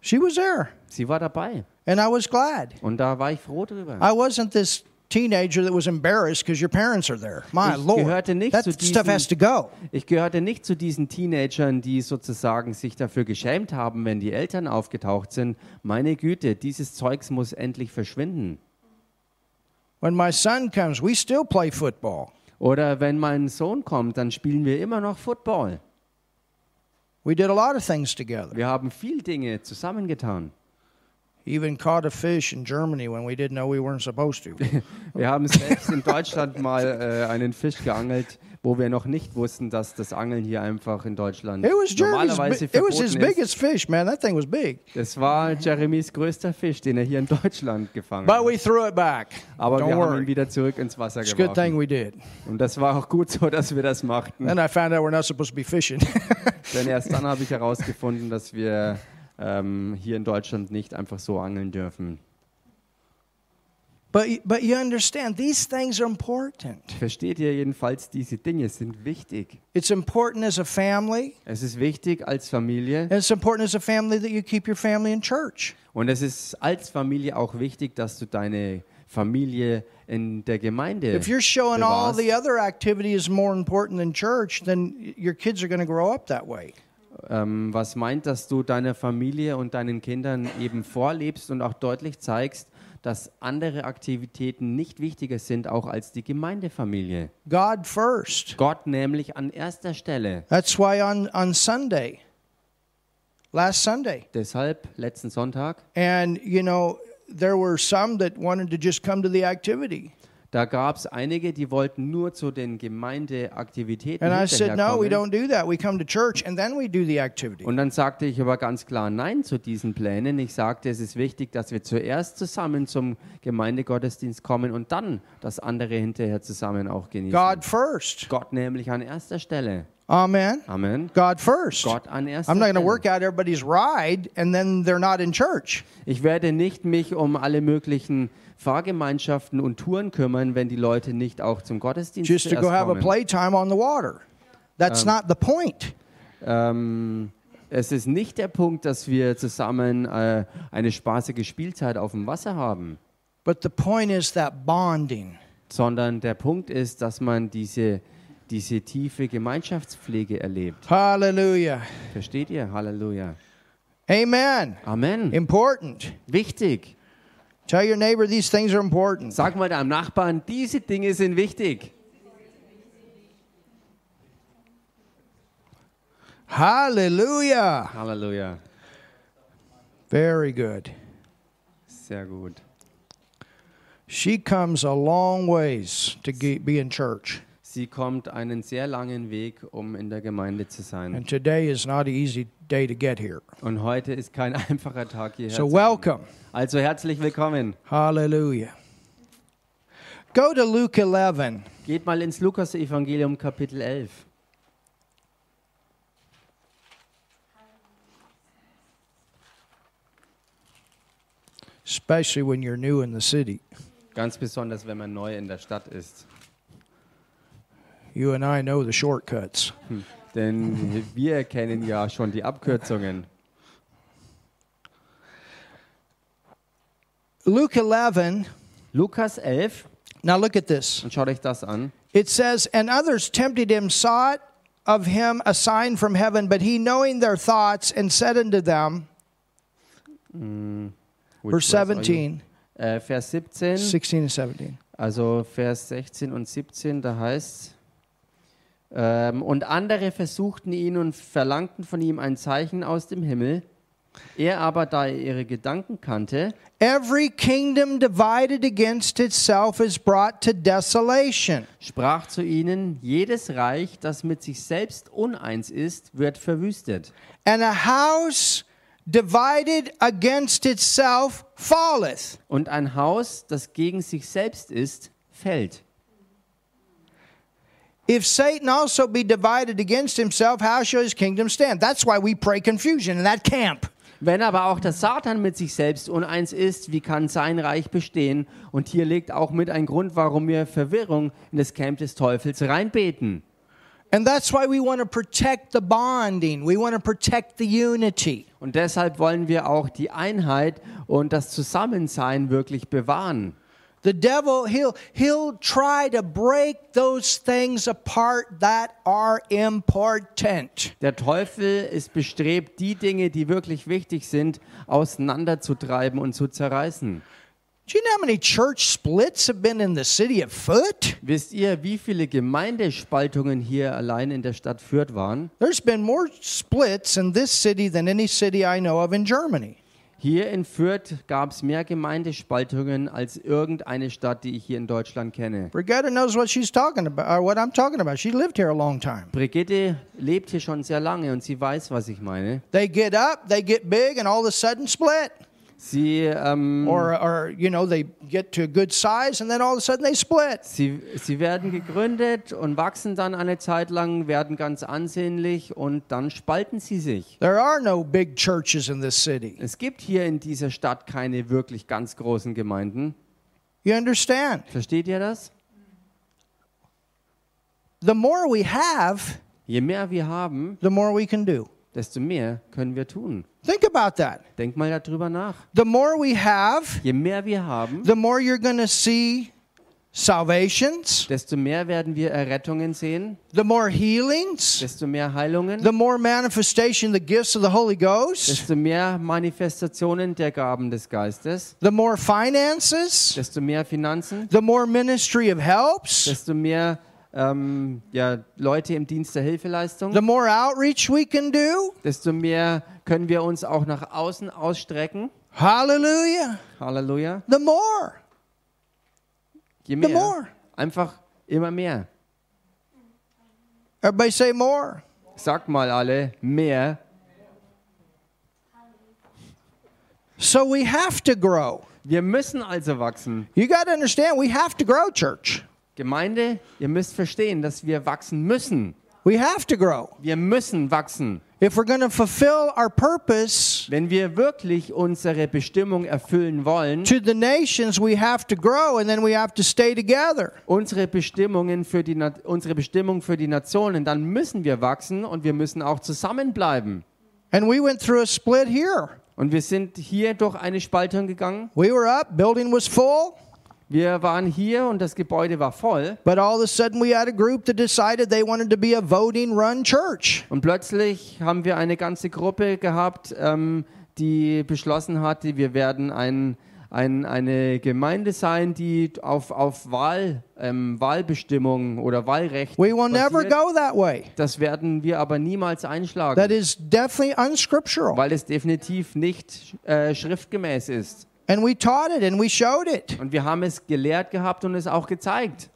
A: She was there,
B: Sie war dabei
A: and I was glad.
B: und da war ich froh drüber.
A: I wasn't this teenager that was embarrassed because your parents are there. My
B: Ich
A: Lord,
B: gehörte nicht
A: that
B: zu
A: stuff
B: diesen-
A: has to go.
B: Ich gehörte nicht zu diesen Teenagern, die sozusagen sich dafür geschämt haben, wenn die Eltern aufgetaucht sind. Meine Güte, dieses Zeugs muss endlich verschwinden.
A: When my son comes, we still play football.
B: Oder wenn mein Sohn kommt, dann spielen wir immer noch Football.
A: We did a lot of things together.
B: Wir haben viel Dinge zusammengetan.
A: Even caught a fish in Germany when we didn't know we weren't supposed to.
B: Wir haben selbst in Deutschland mal äh, einen Fisch geangelt, wo wir noch nicht wussten, dass das Angeln hier einfach in Deutschland
A: It was Jeremy's.
B: normalerweise
A: bi- It was his
B: verboten ist.
A: biggest fish, man. That thing was big.
B: Das war Jeremys größter Fish, den er hier in Deutschland gefangen
A: But
B: hat.
A: we threw it back.
B: Aber
A: Don't
B: wir haben
A: worry.
B: ihn wieder zurück ins Wasser
A: It's a good thing
B: geworfen.
A: we did.
B: Und das war auch gut so, dass wir das machten.
A: Then I found out we're not supposed to be fishing.
B: Denn erst dann habe ich herausgefunden, dass wir ähm, hier in Deutschland nicht einfach so angeln dürfen.
A: but but you understand these things are important.
B: Versteht ihr jedenfalls, diese Dinge sind wichtig.
A: It's important as a family.
B: Es ist wichtig als Familie
A: And it's important as a family that you keep your family in church.
B: und es ist als Familie auch wichtig, dass du deine Familie in der Gemeinde.
A: If you're showing all
B: bewahrst.
A: the other activity is more important than church, then your kids are going to grow up that way.
B: Ähm, was meint, dass du deiner Familie und deinen Kindern eben vorlebst und auch deutlich zeigst, dass andere Aktivitäten nicht wichtiger sind, auch als die Gemeindefamilie.
A: God first.
B: Gott nämlich an erster Stelle.
A: That's why on, on Sunday, last Sunday,
B: Deshalb letzten Sonntag,
A: and you know, there were some that wanted to just come to the activity.
B: da gab es einige, die wollten nur zu den Gemeindeaktivitäten
A: And I said, no, we don't
B: hinterherkommen.
A: do that. We come to church and then we do the activity.
B: Und dann sagte ich aber ganz klar Nein zu diesen Plänen. Ich sagte, es ist wichtig, dass wir zuerst zusammen zum Gemeindegottesdienst kommen und dann das andere hinterher zusammen auch genießen.
A: God first.
B: Gott nämlich an erster Stelle.
A: Amen.
B: Amen.
A: God first.
B: Gott an erster
A: I'm not going to
B: Stelle.
A: work out everybody's ride and then they're not in church.
B: Ich werde nicht mich um alle möglichen Fahrgemeinschaften und Touren kümmern, wenn die Leute nicht auch zum Gottesdienst
A: Just to
B: zuerst
A: go have a
B: kommen.
A: playtime on the water. That's not the point.
B: Ähm, es ist nicht der Punkt, dass wir zusammen äh, eine spaßige Spielzeit auf dem Wasser haben,
A: But the point is that bonding.
B: sondern der Punkt ist, dass man diese, diese tiefe Gemeinschaftspflege erlebt.
A: Hallelujah.
B: Versteht ihr? Halleluja.
A: Amen.
B: Amen.
A: Important.
B: Wichtig.
A: Tell your neighbor these things are important.
B: Sag mal deinem Nachbarn, diese Dinge sind wichtig.
A: Hallelujah.
B: Halleluja.
A: Very good.
B: Sehr gut.
A: She comes a long ways to ge- be in church.
B: Sie kommt einen sehr langen Weg, um in der Gemeinde zu sein.
A: Mm-hmm. And today is not an easy day to get here.
B: Und heute ist kein einfacher Tag hierher.
A: So
B: zu kommen.
A: welcome.
B: Also herzlich willkommen.
A: Hallelujah. Go to Luke 11.
B: Geht mal ins Lukas-Evangelium Kapitel 11.
A: especially when you're new in the city.
B: Ganz besonders, wenn man neu in der Stadt ist.
A: You and I know the shortcuts.
B: Denn wir kennen ja schon die Abkürzungen.
A: Luke 11,
B: Lukas 11,
A: now look at this.
B: und schaut euch das an.
A: It says, And others tempted him, sought of him a sign from heaven, but he, knowing their thoughts, and said unto them,
B: Which
A: verse
B: verse are you?
A: 17,
B: Äh, Vers 17,
A: 16 and 17.
B: also Vers 16 und 17, da heißt ähm, Und andere versuchten ihn und verlangten von ihm ein Zeichen aus dem Himmel. Er aber, da er ihre Gedanken kannte,
A: Every kingdom divided against itself is brought to desolation.
B: sprach zu ihnen, jedes Reich, das mit sich selbst uneins ist, wird verwüstet.
A: And a house divided against itself falleth.
B: Und ein Haus, das gegen sich selbst ist, fällt.
A: If Satan also be divided against himself, how shall his kingdom stand? That's why we pray confusion in that camp.
B: Wenn aber auch der Satan mit sich selbst uneins ist, wie kann sein Reich bestehen? Und hier liegt auch mit ein Grund, warum wir Verwirrung in das Camp des Teufels reinbeten.
A: And that's why we want to protect the bonding. We want to protect the unity.
B: Und deshalb wollen wir auch die Einheit und das Zusammensein wirklich bewahren.
A: The devil, he'll, he'll try to break those things apart that are important.
B: Der Teufel ist bestrebt, die Dinge, die wirklich wichtig sind, auseinanderzutreiben und zu zerreißen.
A: Do you know how many church splits have been in the city of Foot?
B: Wisst ihr, wie viele Gemeindespaltungen hier allein in der Stadt Fürth waren?
A: There's been more splits in this city than any city I know of in Germany.
B: Hier in Fürth gab es mehr Gemeindespaltungen als irgendeine Stadt, die ich hier in Deutschland kenne.
A: Brigetta knows what she's talking about, or what I'm talking about. She lived here a long time.
B: Brigitte lebt hier schon sehr lange und sie weiß, was ich meine.
A: They get up, they get big, and all of a sudden split.
B: Sie, ähm,
A: Or, or you know, they get to a good size, and then all of a sudden they split.
B: sie, sie werden gegründet und wachsen dann eine Zeit lang, werden ganz ansehnlich und dann spalten sie sich.
A: There are no big churches in this city.
B: Es gibt hier in dieser Stadt keine wirklich ganz großen Gemeinden.
A: You understand?
B: Versteht ihr das?
A: The more we have,
B: Je mehr wir haben,
A: the more we can do.
B: desto mehr können wir tun.
A: Think about that.
B: Denk mal darüber nach.
A: The more we have,
B: Je mehr wir haben,
A: the more you're going to see salvations,
B: desto mehr werden wir Errettungen sehen,
A: the more healings,
B: desto mehr Heilungen,
A: the more manifestation the gifts of the Holy Ghost,
B: desto mehr Manifestationen der Gaben des Geistes,
A: the more finances,
B: desto mehr Finanzen,
A: the more ministry of helps,
B: desto mehr ähm, ja, Leute im Dienst der Hilfeleistung,
A: the more outreach we can do.
B: desto mehr können wir uns auch nach außen ausstrecken.
A: Hallelujah.
B: Halleluja.
A: The more.
B: Je
A: The more.
B: mehr. Einfach immer mehr.
A: Everybody say more.
B: Sagt mal alle, mehr.
A: So we have to grow.
B: Wir müssen also wachsen.
A: You got to understand, we have to grow, church.
B: Gemeinde, ihr müsst verstehen, dass wir wachsen müssen.
A: We have to grow.
B: Wir müssen wachsen.
A: If we're going to fulfill our purpose
B: Wenn wir wirklich unsere Bestimmung erfüllen wollen,
A: to the nations, we have to grow and then we have to stay together.
B: unsere, Bestimmungen für die Na unsere Bestimmung für die Nationen, dann müssen wir wachsen und wir müssen auch zusammenbleiben.
A: And we went through a split here.
B: Und wir sind hier durch eine Spaltung gegangen.
A: We were up, building was full,
B: Wir waren hier und das Gebäude war voll.
A: but all of a sudden we had a group that decided they wanted to be a voting run church.
B: Und plötzlich haben wir eine ganze Gruppe gehabt, ähm, die beschlossen hatte, wir werden ein, ein, eine Gemeinde sein, die auf, auf Wahl, ähm, Wahlbestimmung oder Wahlrecht
A: We will never
B: basiert.
A: go that way.
B: Das werden wir aber niemals einschlagen,
A: That is definitely unscriptural.
B: weil es definitiv nicht äh, schriftgemäß ist.
A: And we taught it and we showed it.
B: Und wir haben es gelehrt gehabt und es auch gezeigt.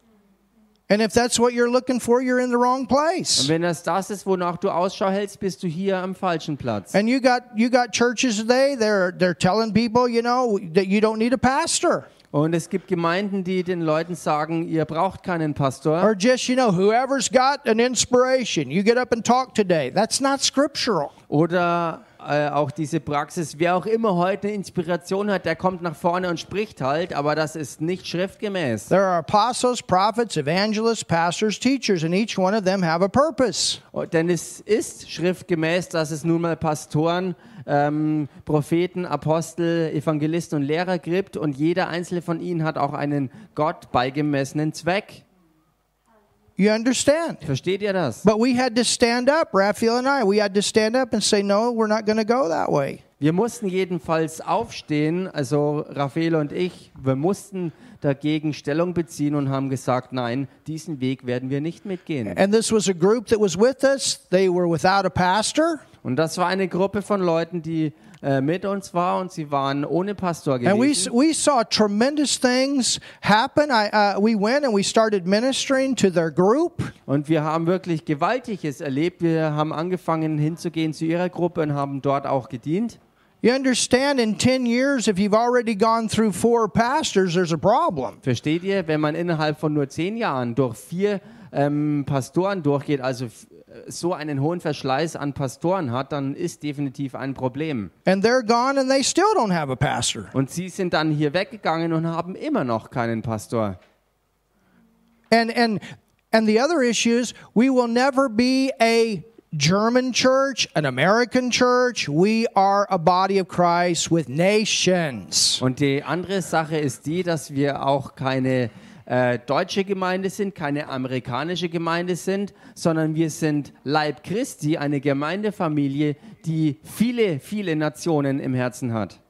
A: And if that's what you're looking for, you're in the wrong
B: Und
A: place.
B: wenn das das ist, wonach du Ausschau hältst, bist du hier am falschen Platz.
A: And you got you got churches today, they're they're telling people, you know, that you don't need a pastor.
B: Und es gibt Gemeinden, die den Leuten sagen, ihr braucht keinen Pastor.
A: Or just, you know, whoever's got an inspiration, you get up and talk today. That's not scriptural.
B: Oder äh, auch diese Praxis, wer auch immer heute eine Inspiration hat, der kommt nach vorne und spricht halt, aber das ist nicht schriftgemäß.
A: There are apostles, prophets, evangelists, pastors, teachers, and each one of them have a purpose.
B: Oh, Denn es ist schriftgemäß, dass es nun mal Pastoren, ähm, Propheten, Apostel, Evangelisten und Lehrer gibt und jeder einzelne von ihnen hat auch einen Gott beigemessenen Zweck.
A: You understand?
B: Versteht ihr das?
A: But we had to stand up, Raphael and I. We had to stand up and say, no, we're not going to go that way.
B: Wir mussten jedenfalls aufstehen, also Raffaele und ich, wir mussten dagegen Stellung beziehen und haben gesagt, nein, diesen Weg werden wir nicht mitgehen.
A: And this was a group that was with us. They were without a pastor.
B: Und das war eine Gruppe von Leuten, die äh, mit uns war und sie waren ohne Pastor
A: And we,
B: gewesen.
A: we saw tremendous things happen. I, uh, we went and we started ministering to their group.
B: Und wir haben wirklich Gewaltiges erlebt. Wir haben angefangen hinzugehen zu ihrer Gruppe und haben dort auch gedient.
A: You understand, in 10 years, if you've already gone through four pastors, there's a problem.
B: Versteht ihr, wenn man innerhalb von nur zehn Jahren durch vier ähm, Pastoren durchgeht, also f- äh, so einen hohen Verschleiß an Pastoren hat, dann ist definitiv ein Problem.
A: And they're gone and they still don't have a pastor.
B: Und sie sind dann hier weggegangen und haben immer noch keinen Pastor.
A: And and and the other issue is we will never be a German church, an American church. We are a body of Christ with nations.
B: Und die andere Sache ist die, dass wir auch keine äh, deutsche Gemeinde sind, keine amerikanische Gemeinde sind, sondern wir sind Leib Christi, eine Gemeindefamilie, die viele, viele Nationen im Herzen hat.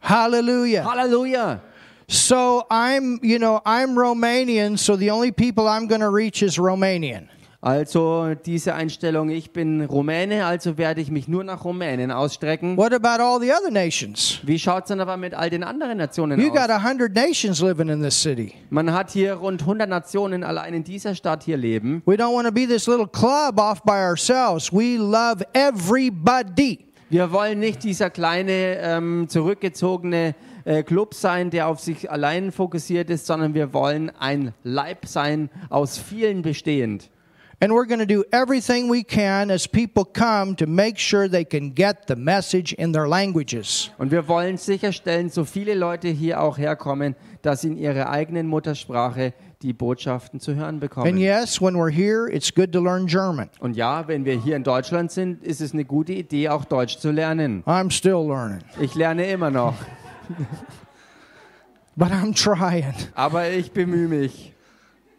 A: Hallelujah.
B: Halleluja!
A: So I'm, you know, I'm Romanian, so the only people I'm going to reach is Romanian.
B: Also diese Einstellung, ich bin Rumäne, also werde ich mich nur nach Rumänien ausstrecken.
A: What about all the other nations?
B: Wie schaut es dann aber mit all den anderen Nationen
A: You got
B: aus?
A: 100 nations living in this city.
B: Man hat hier rund 100 Nationen allein in dieser Stadt hier leben.
A: We don't want to be this little club off by ourselves. We love everybody.
B: Wir wollen nicht dieser kleine, ähm, zurückgezogene äh, Club sein, der auf sich allein fokussiert ist, sondern wir wollen ein Leib sein, aus vielen bestehend.
A: And we're going to do everything we can as people come to make sure they can get the message in their languages.
B: Und wir wollen sicherstellen, so viele Leute hier auch herkommen, dass sie in ihrer eigenen Muttersprache die Botschaften zu hören
A: And
B: bekommen.
A: yes, when we're here, it's good to learn German.
B: Und ja, wenn wir hier in Deutschland sind, ist es eine gute Idee, auch Deutsch zu lernen.
A: I'm still learning,
B: Ich lerne immer noch,
A: but I'm trying.
B: aber ich bemühe mich.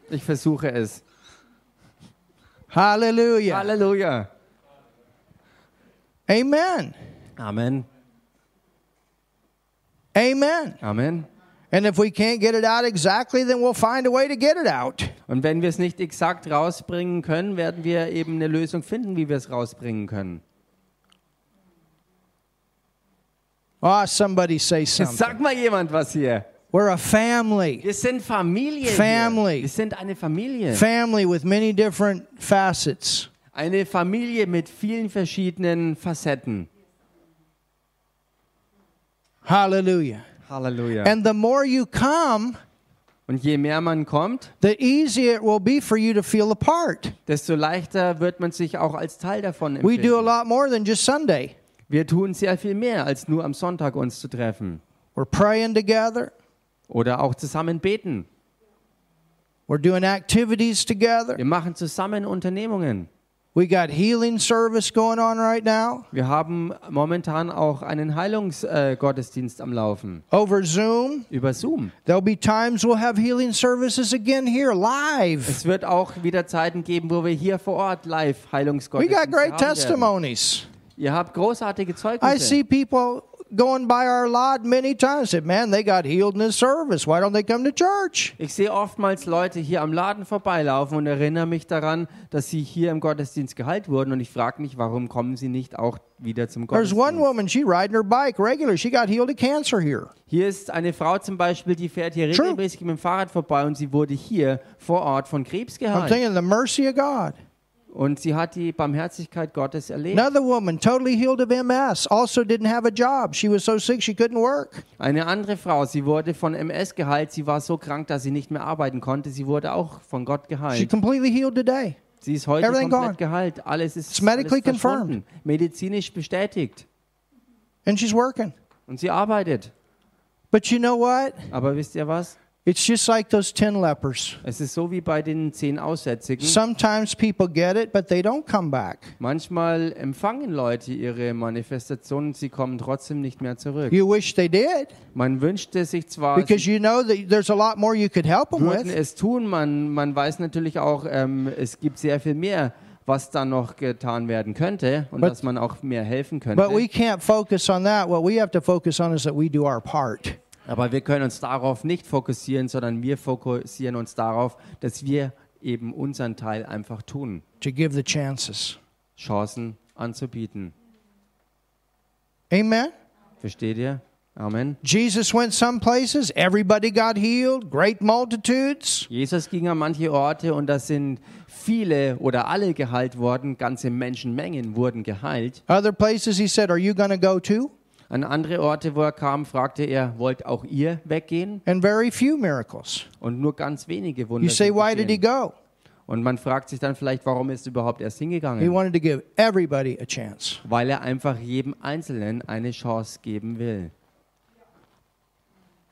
B: Ich versuche es.
A: Hallelujah.
B: Halleluja.
A: Amen.
B: Amen.
A: Amen.
B: Amen.
A: And if we can't get it out exactly, then we'll find a way to get it out.
B: Und wenn wir es nicht exakt rausbringen können, werden wir eben eine Lösung finden, wie wir es rausbringen können.
A: Ah, somebody say something.
B: Sag mal jemand was hier.
A: We're a family.
B: Wir sind Familie.
A: Family.
B: Hier. Wir sind eine Familie.
A: Family with many different facets.
B: Eine Familie mit vielen verschiedenen Facetten.
A: Hallelujah.
B: Halleluja.
A: And the more you come,
B: Und je mehr man kommt,
A: the easier it will be for you to feel a part.
B: desto leichter wird man sich auch als Teil davon
A: We do a
B: empfinden.
A: lot more than just Sunday.
B: Wir tun sehr viel mehr, als nur am Sonntag uns zu treffen
A: We're praying together,
B: oder auch zusammen beten.
A: we're doing activities together.
B: Wir machen zusammen Unternehmungen.
A: We got healing service going on right now
B: Wir haben momentan auch einen Heilungsgottesdienst äh, Gottesdienst am Laufen
A: over Zoom.
B: über Zoom.
A: There'll be times we'll have healing services again here live.
B: Es wird auch wieder Zeiten geben, wo wir hier vor Ort live
A: We
B: Heilungsgottesdienste
A: got great
B: haben werden.
A: testimonies.
B: Ihr habt großartige Zeugnisse.
A: I see people going by our lot many times. Said, man, they got healed in this service. Why don't they come to church?
B: Ich sehe oftmals Leute hier am Laden vorbeilaufen und erinnere mich daran, dass sie hier im Gottesdienst geheilt wurden und ich frage mich, warum kommen sie nicht auch wieder zum
A: There's one
B: Gottesdienst?
A: woman, she riding her bike regular. She got healed of cancer here.
B: Hier ist eine Frau zum Beispiel, die fährt hier
A: True.
B: regelmäßig mit dem Fahrrad vorbei und sie wurde hier vor Ort von Krebs
A: I'm
B: geheilt.
A: thinking the mercy of God.
B: Und sie hat die Barmherzigkeit Gottes erlebt.
A: Another woman, totally healed of MS, also didn't have a job. She was so sick she couldn't work.
B: Eine andere Frau, sie wurde von MS geheilt, sie war so krank, dass sie nicht mehr arbeiten konnte, sie wurde auch von Gott
A: She
B: geheilt.
A: completely healed today.
B: Sie ist heute
A: everything
B: komplett
A: gone.
B: geheilt, alles ist
A: medically
B: alles verschwunden, medizinisch bestätigt
A: And she's working.
B: und sie arbeitet.
A: But you know what?
B: Aber wisst ihr was?
A: It's just like those 10 lepers.
B: Es ist so wie bei den zehn Aussätzigen.
A: Sometimes people get it, but they don't come back.
B: Manchmal empfangen Leute ihre Manifestationen, sie kommen trotzdem nicht mehr zurück.
A: You wish they did
B: Man wünschte sich zwar,
A: because
B: sie
A: you know that there's a lot more you could help them
B: würden
A: with.
B: es tun, man, man weiß natürlich auch, ähm, es gibt sehr viel mehr, was da noch getan werden könnte und
A: But-
B: dass man auch mehr helfen
A: But we
B: könnte.
A: can't focus on that. What we have to focus on is that we do our part.
B: Aber wir können uns darauf nicht fokussieren, sondern wir fokussieren uns darauf, dass wir eben unseren Teil einfach tun,
A: to give the chances.
B: Chancen anzubieten.
A: Amen.
B: Versteht ihr? Amen.
A: Jesus went some places, everybody got healed, great multitudes.
B: Jesus ging an manche Orte und das sind viele oder alle geheilt worden, ganze Menschenmengen wurden geheilt.
A: Other places he said, Are you going to go to?
B: An andere Orte, wo er kam, fragte er, wollt auch ihr weggehen?
A: And very few miracles.
B: Und nur ganz wenige Wunder.
A: You say,
B: sind
A: Why did he
B: geschehen.
A: go?
B: Und man fragt sich dann vielleicht, warum ist überhaupt erst
A: He
B: hingegangen?
A: wanted to give everybody a chance.
B: Weil er einfach jedem Einzelnen eine Chance geben will.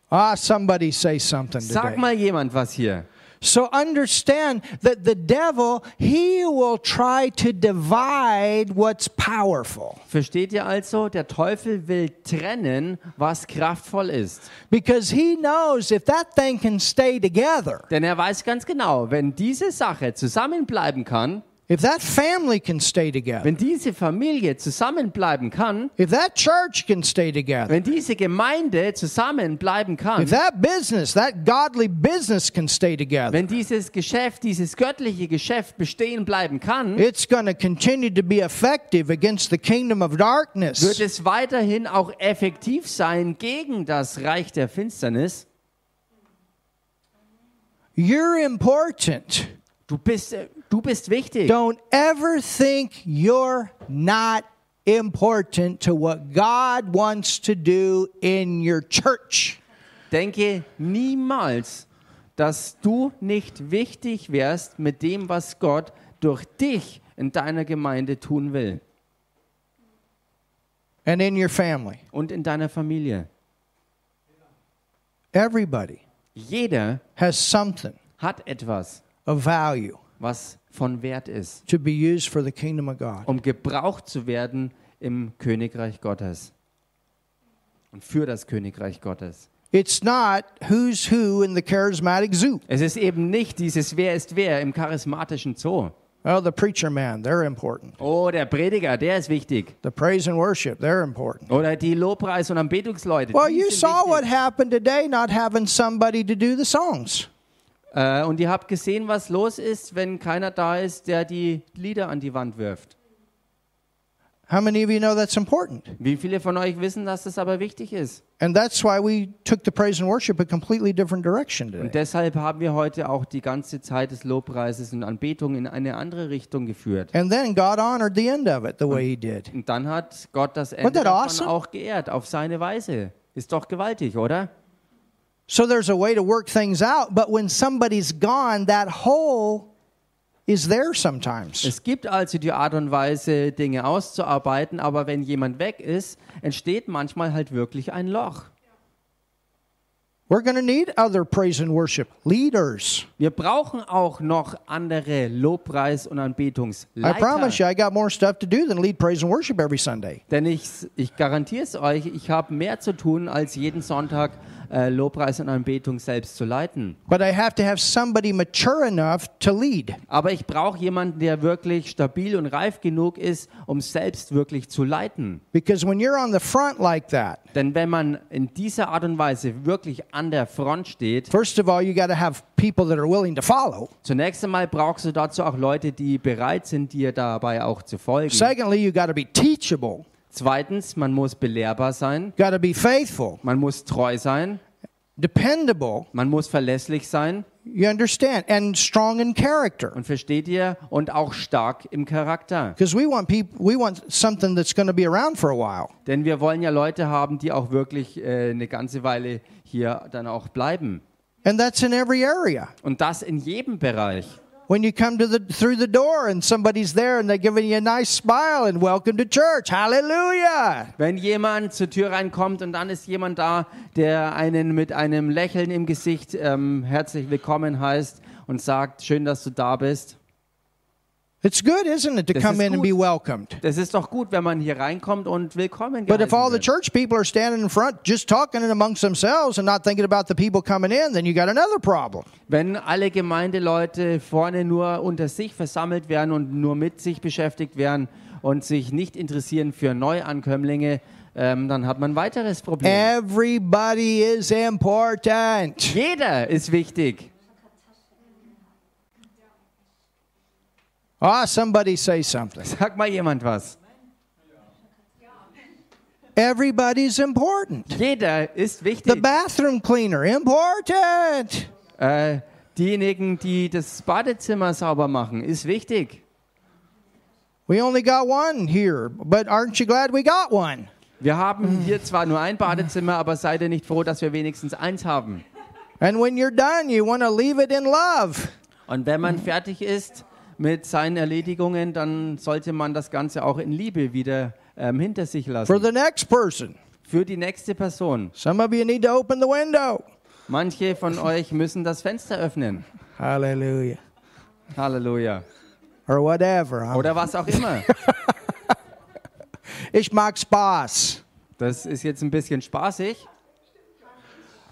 A: Ah, somebody say something
B: Sag
A: today.
B: mal jemand was hier.
A: So understand that the devil, he will try to divide what's powerful.
B: Versteht ihr also, der Teufel will trennen, was kraftvoll ist.
A: Because he knows if that thing can stay together,
B: Denn er weiß ganz genau, wenn diese Sache zusammenbleiben kann,
A: If that family can stay together,
B: Wenn diese Familie zusammenbleiben kann,
A: if that church can stay together,
B: wenn diese Gemeinde zusammenbleiben kann,
A: if that business, that godly business can stay together,
B: wenn dieses Geschäft, dieses göttliche Geschäft bestehen bleiben kann,
A: it's going to continue to be effective against the kingdom of
B: wird
A: darkness.
B: es weiterhin auch effektiv sein gegen das Reich der Finsternis.
A: You're important.
B: Du bist, äh, du bist wichtig.
A: Don't ever think you're not important to what God wants to do in your church.
B: Denke niemals, dass du nicht wichtig wärst mit dem, was Gott durch dich in deiner Gemeinde tun will
A: and in your family.
B: und in deiner Familie.
A: Everybody
B: Jeder
A: has something
B: hat etwas,
A: of value
B: was von Wert ist,
A: to be used for the kingdom of God.
B: um gebraucht zu werden im Königreich Gottes und für das Königreich Gottes.
A: It's not who's who in the charismatic zoo.
B: Es ist eben nicht dieses Wer ist wer im charismatischen Zoo.
A: Oh, the preacher man, they're important.
B: Oh, der Prediger, der ist wichtig.
A: The praise and worship, they're important.
B: Oder die Lobpreis- und Anbetungsleute.
A: Well,
B: die
A: you
B: sind
A: saw what
B: wichtig.
A: happened today not having somebody to do the songs.
B: Äh, und ihr habt gesehen, was los ist, wenn keiner da ist, der die Lieder an die Wand wirft.
A: How many of you know that's important?
B: Wie viele von euch wissen, dass das aber wichtig ist?
A: And that's why we took the praise and worship a completely different direction
B: Und
A: today.
B: deshalb haben wir heute auch die ganze Zeit des Lobpreises und Anbetung in eine andere Richtung geführt.
A: And then God honored the end of it the way He did.
B: Und dann hat Gott das Ende
A: Wasn't that
B: davon
A: awesome?
B: auch geehrt, auf seine Weise. Ist doch gewaltig, oder?
A: So there's a way to work things out, but when somebody's gone, that hole is there sometimes.
B: Es gibt also die Art und Weise, Dinge auszuarbeiten, aber wenn jemand weg ist, entsteht manchmal halt wirklich ein Loch.
A: We're going to need other praise and worship leaders.
B: Wir brauchen auch noch andere Lobpreis- und
A: I promise
B: Anbetungsleiter.
A: you, I got more stuff to do than lead praise and worship every Sunday.
B: Denn ich, ich garantiere es euch, ich habe mehr zu tun, als jeden Sonntag äh, Lobpreis und Anbetung selbst zu leiten.
A: But I have to have somebody mature enough to lead.
B: Aber ich brauche jemanden, der wirklich stabil und reif genug ist, um selbst wirklich zu leiten.
A: Because when you're on the front like that,
B: Denn wenn man in dieser Art und Weise wirklich an der Front steht,
A: first of all, you got to have people that are willing to follow.
B: Zunächst einmal brauchst du dazu auch Leute, die bereit sind, dir dabei auch zu folgen.
A: Secondly, you got to be teachable,
B: Zweitens, man muss belehrbar sein,
A: got to be faithful,
B: man muss treu sein,
A: dependable,
B: man muss verlässlich sein
A: you understand, and strong in character.
B: und versteht ihr und auch stark im Charakter.
A: Because we want people, we want something that's going to be around for a while.
B: Denn wir wollen ja Leute haben, die auch wirklich äh, eine ganze Weile hier dann auch bleiben.
A: And that's in every area.
B: Und das in jedem Bereich.
A: When you come to the through the door and somebody's there and they're giving you a nice smile and welcome to church. Hallelujah.
B: Wenn jemand zur Tür reinkommt und dann ist jemand da, der einen mit einem Lächeln im Gesicht ähm, herzlich willkommen heißt und sagt, schön, dass du da bist.
A: It's good, isn't it, to
B: This
A: come
B: is
A: in and be
B: good.
A: welcomed.
B: Das ist doch gut, wenn man hier reinkommt und willkommen
A: But if all the
B: geheißen wird.
A: church people are standing in front just talking and amongst themselves and not thinking about the people coming in, then you got another problem.
B: Wenn alle Gemeindeleute vorne nur unter sich versammelt werden und nur mit sich beschäftigt werden und sich nicht interessieren für Neuankömmlinge, ähm, dann hat man ein weiteres Problem.
A: Äh. Everybody is important.
B: Jeder ist wichtig.
A: Ah, somebody say something.
B: Sag mal jemand was.
A: Everybody's important.
B: Jeder ist
A: The
B: wichtig.
A: bathroom cleaner, important.
B: Äh, diejenigen, die das Badezimmer sauber machen, ist wichtig.
A: We only got one here, but aren't you glad we got one?
B: Wir haben hier zwar nur ein Badezimmer, aber seid ihr nicht froh, dass wir wenigstens eins haben.
A: And when you're done, you want to leave it in love.
B: Und wenn man fertig ist mit seinen Erledigungen, dann sollte man das Ganze auch in Liebe wieder ähm, hinter sich
A: For
B: lassen.
A: the next person,
B: Für die nächste Person.
A: some of you need to open the window.
B: Manche von euch müssen das Fenster öffnen.
A: Hallelujah.
B: Halleluja.
A: Or whatever. huh?
B: Oder was auch immer.
A: Ich mag Spaß.
B: Das ist jetzt ein bisschen spaßig.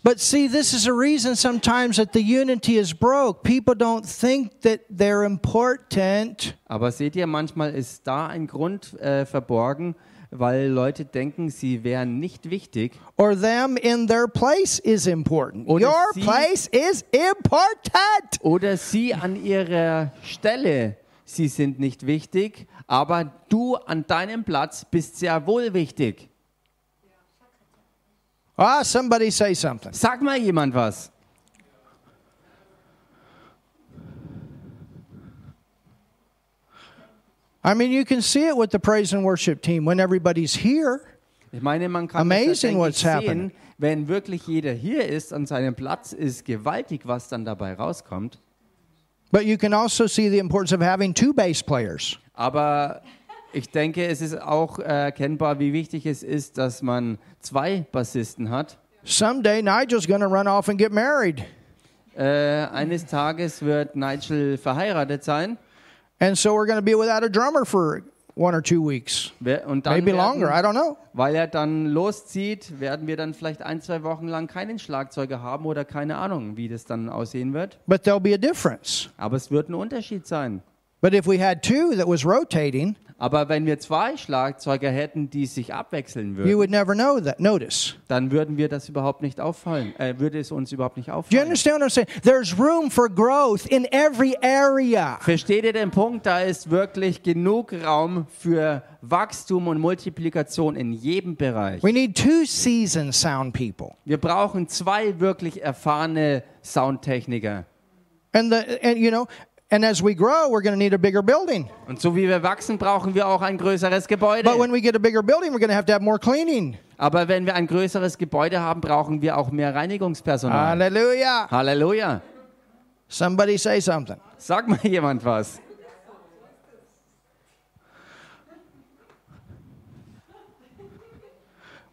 A: But see, this is a reason sometimes that the unity is broke. People don't think that they're important.
B: Aber seht ihr, manchmal ist da ein Grund äh, verborgen, weil Leute denken, sie wären nicht wichtig.
A: or them in their place is important.
B: Oder
A: Your
B: sie-
A: place is important.
B: Oder sie an ihrer Stelle, sie sind nicht wichtig, aber du an deinem Platz bist sehr wohl wichtig.
A: Ah, somebody say something.
B: Sag mal jemand was.
A: I mean, you can see it with the praise and worship team when everybody's here.
B: Ich meine, man kann das ja,
A: Amazing
B: denke ich,
A: what's happening.
B: sehen, wenn wirklich jeder hier ist an seinem Platz, ist gewaltig, was dann dabei rauskommt.
A: But you can also see the importance of having two bass players.
B: Aber ich denke, es ist auch äh, erkennbar, wie wichtig es ist, dass man zwei Bassisten hat.
A: Someday Nigel's going to run off and get married.
B: Äh, eines Tages wird Nigel verheiratet sein
A: And so we're going to be without a drummer for one or two weeks,
B: Wer- und dann,
A: maybe longer. I
B: werden,
A: don't know.
B: weil er dann loszieht, werden wir dann vielleicht ein, zwei Wochen lang keinen Schlagzeuger haben oder keine Ahnung, wie das dann aussehen wird.
A: But there'll be a difference.
B: Aber es wird ein Unterschied sein.
A: But if we had two that was rotating,
B: Aber wenn wir zwei Schlagzeuger hätten, die sich abwechseln
A: you
B: würden,
A: would never know that. Notice.
B: dann würden wir das überhaupt nicht auffallen. Äh, würde es uns überhaupt nicht
A: Do you
B: auffallen.
A: understand what I'm saying? There's room for growth in every area.
B: Versteht ihr den Punkt? Da ist wirklich genug Raum für Wachstum und Multiplikation in jedem Bereich.
A: We need two seasoned sound people.
B: Wir brauchen zwei wirklich erfahrene Soundtechniker.
A: And the and you know, and as we grow, we're going to need a bigger building.
B: Und so wie wir wachsen, brauchen wir auch ein größeres Gebäude.
A: But when we get a bigger building, we're going to have to have more cleaning.
B: Aber wenn wir ein größeres Gebäude haben, brauchen wir auch mehr Reinigungspersonal.
A: Hallelujah.
B: Halleluja.
A: Somebody say something.
B: Sag mal jemand was.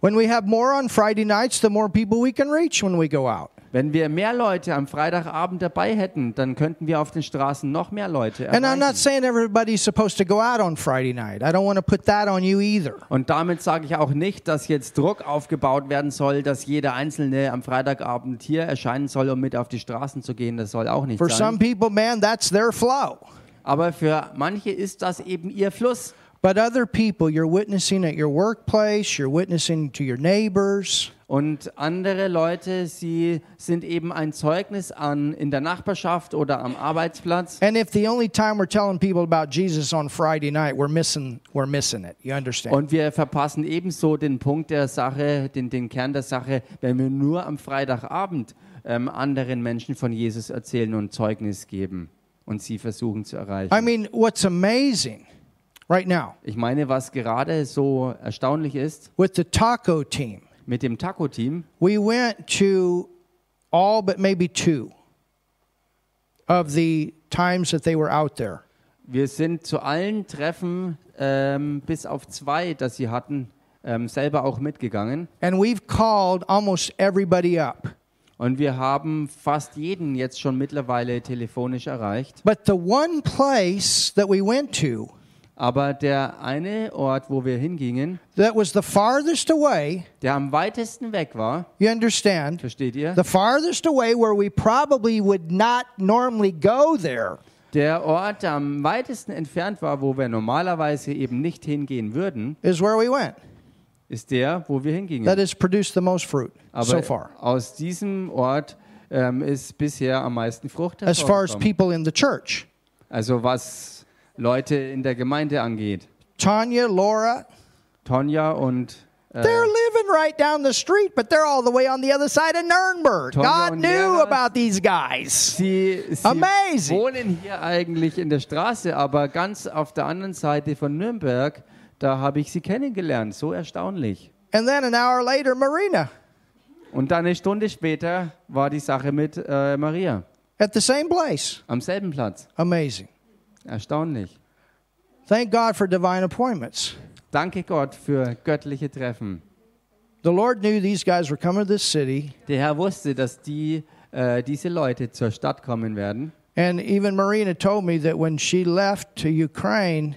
A: When we have more on Friday nights, the more people we can reach when we go out.
B: Wenn wir mehr Leute am Freitagabend dabei hätten, dann könnten wir auf den Straßen noch mehr Leute
A: And I'm not
B: erreichen.
A: saying everybody's supposed to go out on Friday night. I don't want to put that on you either.
B: Und damit sage ich auch nicht, dass jetzt Druck aufgebaut werden soll, dass jeder Einzelne am Freitagabend hier erscheinen soll, um mit auf die Straßen zu gehen. Das soll auch nicht
A: For some
B: sein.
A: people, man, that's their flow.
B: Aber für manche ist das eben ihr Fluss.
A: But other people, you're witnessing at your workplace, you're witnessing to your neighbors,
B: Und andere Leute, sie sind eben ein Zeugnis an, in der Nachbarschaft oder am Arbeitsplatz.
A: And if the only time we're telling people about Jesus on Friday night, we're missing we're missing it. You understand?
B: Und wir verpassen ebenso den Punkt der Sache, den, den Kern der Sache, wenn wir nur am Freitagabend ähm, anderen Menschen von Jesus erzählen und Zeugnis geben und sie versuchen zu erreichen.
A: I mean, what's amazing right now
B: Ich meine, was gerade so erstaunlich ist,
A: with the taco team,
B: mit dem Taco-Team,
A: we went to all but maybe two of the times that they were out there.
B: wir sind zu allen Treffen, ähm, bis auf zwei, das sie hatten, ähm, selber auch mitgegangen.
A: And we've called almost everybody up.
B: Und wir haben fast jeden jetzt schon mittlerweile telefonisch erreicht.
A: But the one place that we went to
B: Aber der eine Ort, wo wir hingingen,
A: that was the farthest away,
B: der am weitesten weg war,
A: you understand?
B: versteht ihr?
A: The farthest away where we probably would not normally go there.
B: Der Ort, der am weitesten entfernt war, wo wir normalerweise eben nicht hingehen würden,
A: is where we went.
B: ist der, wo wir hingingen.
A: That has produced the most fruit
B: Aber
A: so far,
B: aus diesem Ort ähm, ist bisher am meisten Frucht
A: as far as
B: hervorgekommen.
A: people in the church.
B: Also was Leute in der Gemeinde angeht.
A: Tanya, Laura,
B: Tonja und äh,
A: they're living right down the street, but they're all the way on the other side of Nuremberg.
B: Tanya
A: God
B: und
A: knew
B: Lehrer.
A: about these guys.
B: sie, sie
A: Amazing.
B: wohnen hier eigentlich in der Straße, aber ganz auf der anderen Seite von Nürnberg, da habe ich sie kennengelernt. So erstaunlich.
A: And then an hour later, Marina
B: Und dann eine Stunde später war die Sache mit äh, Maria
A: at the same place.
B: am selben Platz.
A: Amazing.
B: Erstaunlich.
A: Thank God for divine appointments.
B: Danke Gott für göttliche Treffen.
A: The Lord knew these guys were coming to this city,
B: Der Herr wusste, dass die, äh, diese Leute zur Stadt kommen werden.
A: and even Marina told me that when she left to Ukraine,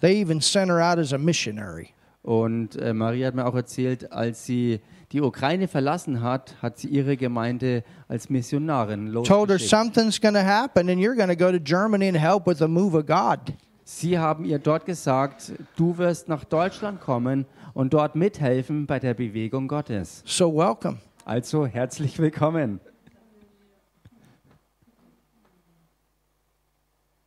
A: they even sent her out as a missionary.
B: Und äh, Maria hat mir auch erzählt, als sie die Ukraine verlassen hat, hat sie ihre Gemeinde als Missionarin
A: told her
B: losgeschickt.
A: something's going to happen and you're going to go to Germany and help with the move of God.
B: Sie haben ihr dort gesagt, du wirst nach Deutschland kommen und dort mithelfen bei der Bewegung Gottes.
A: So welcome.
B: Also herzlich willkommen.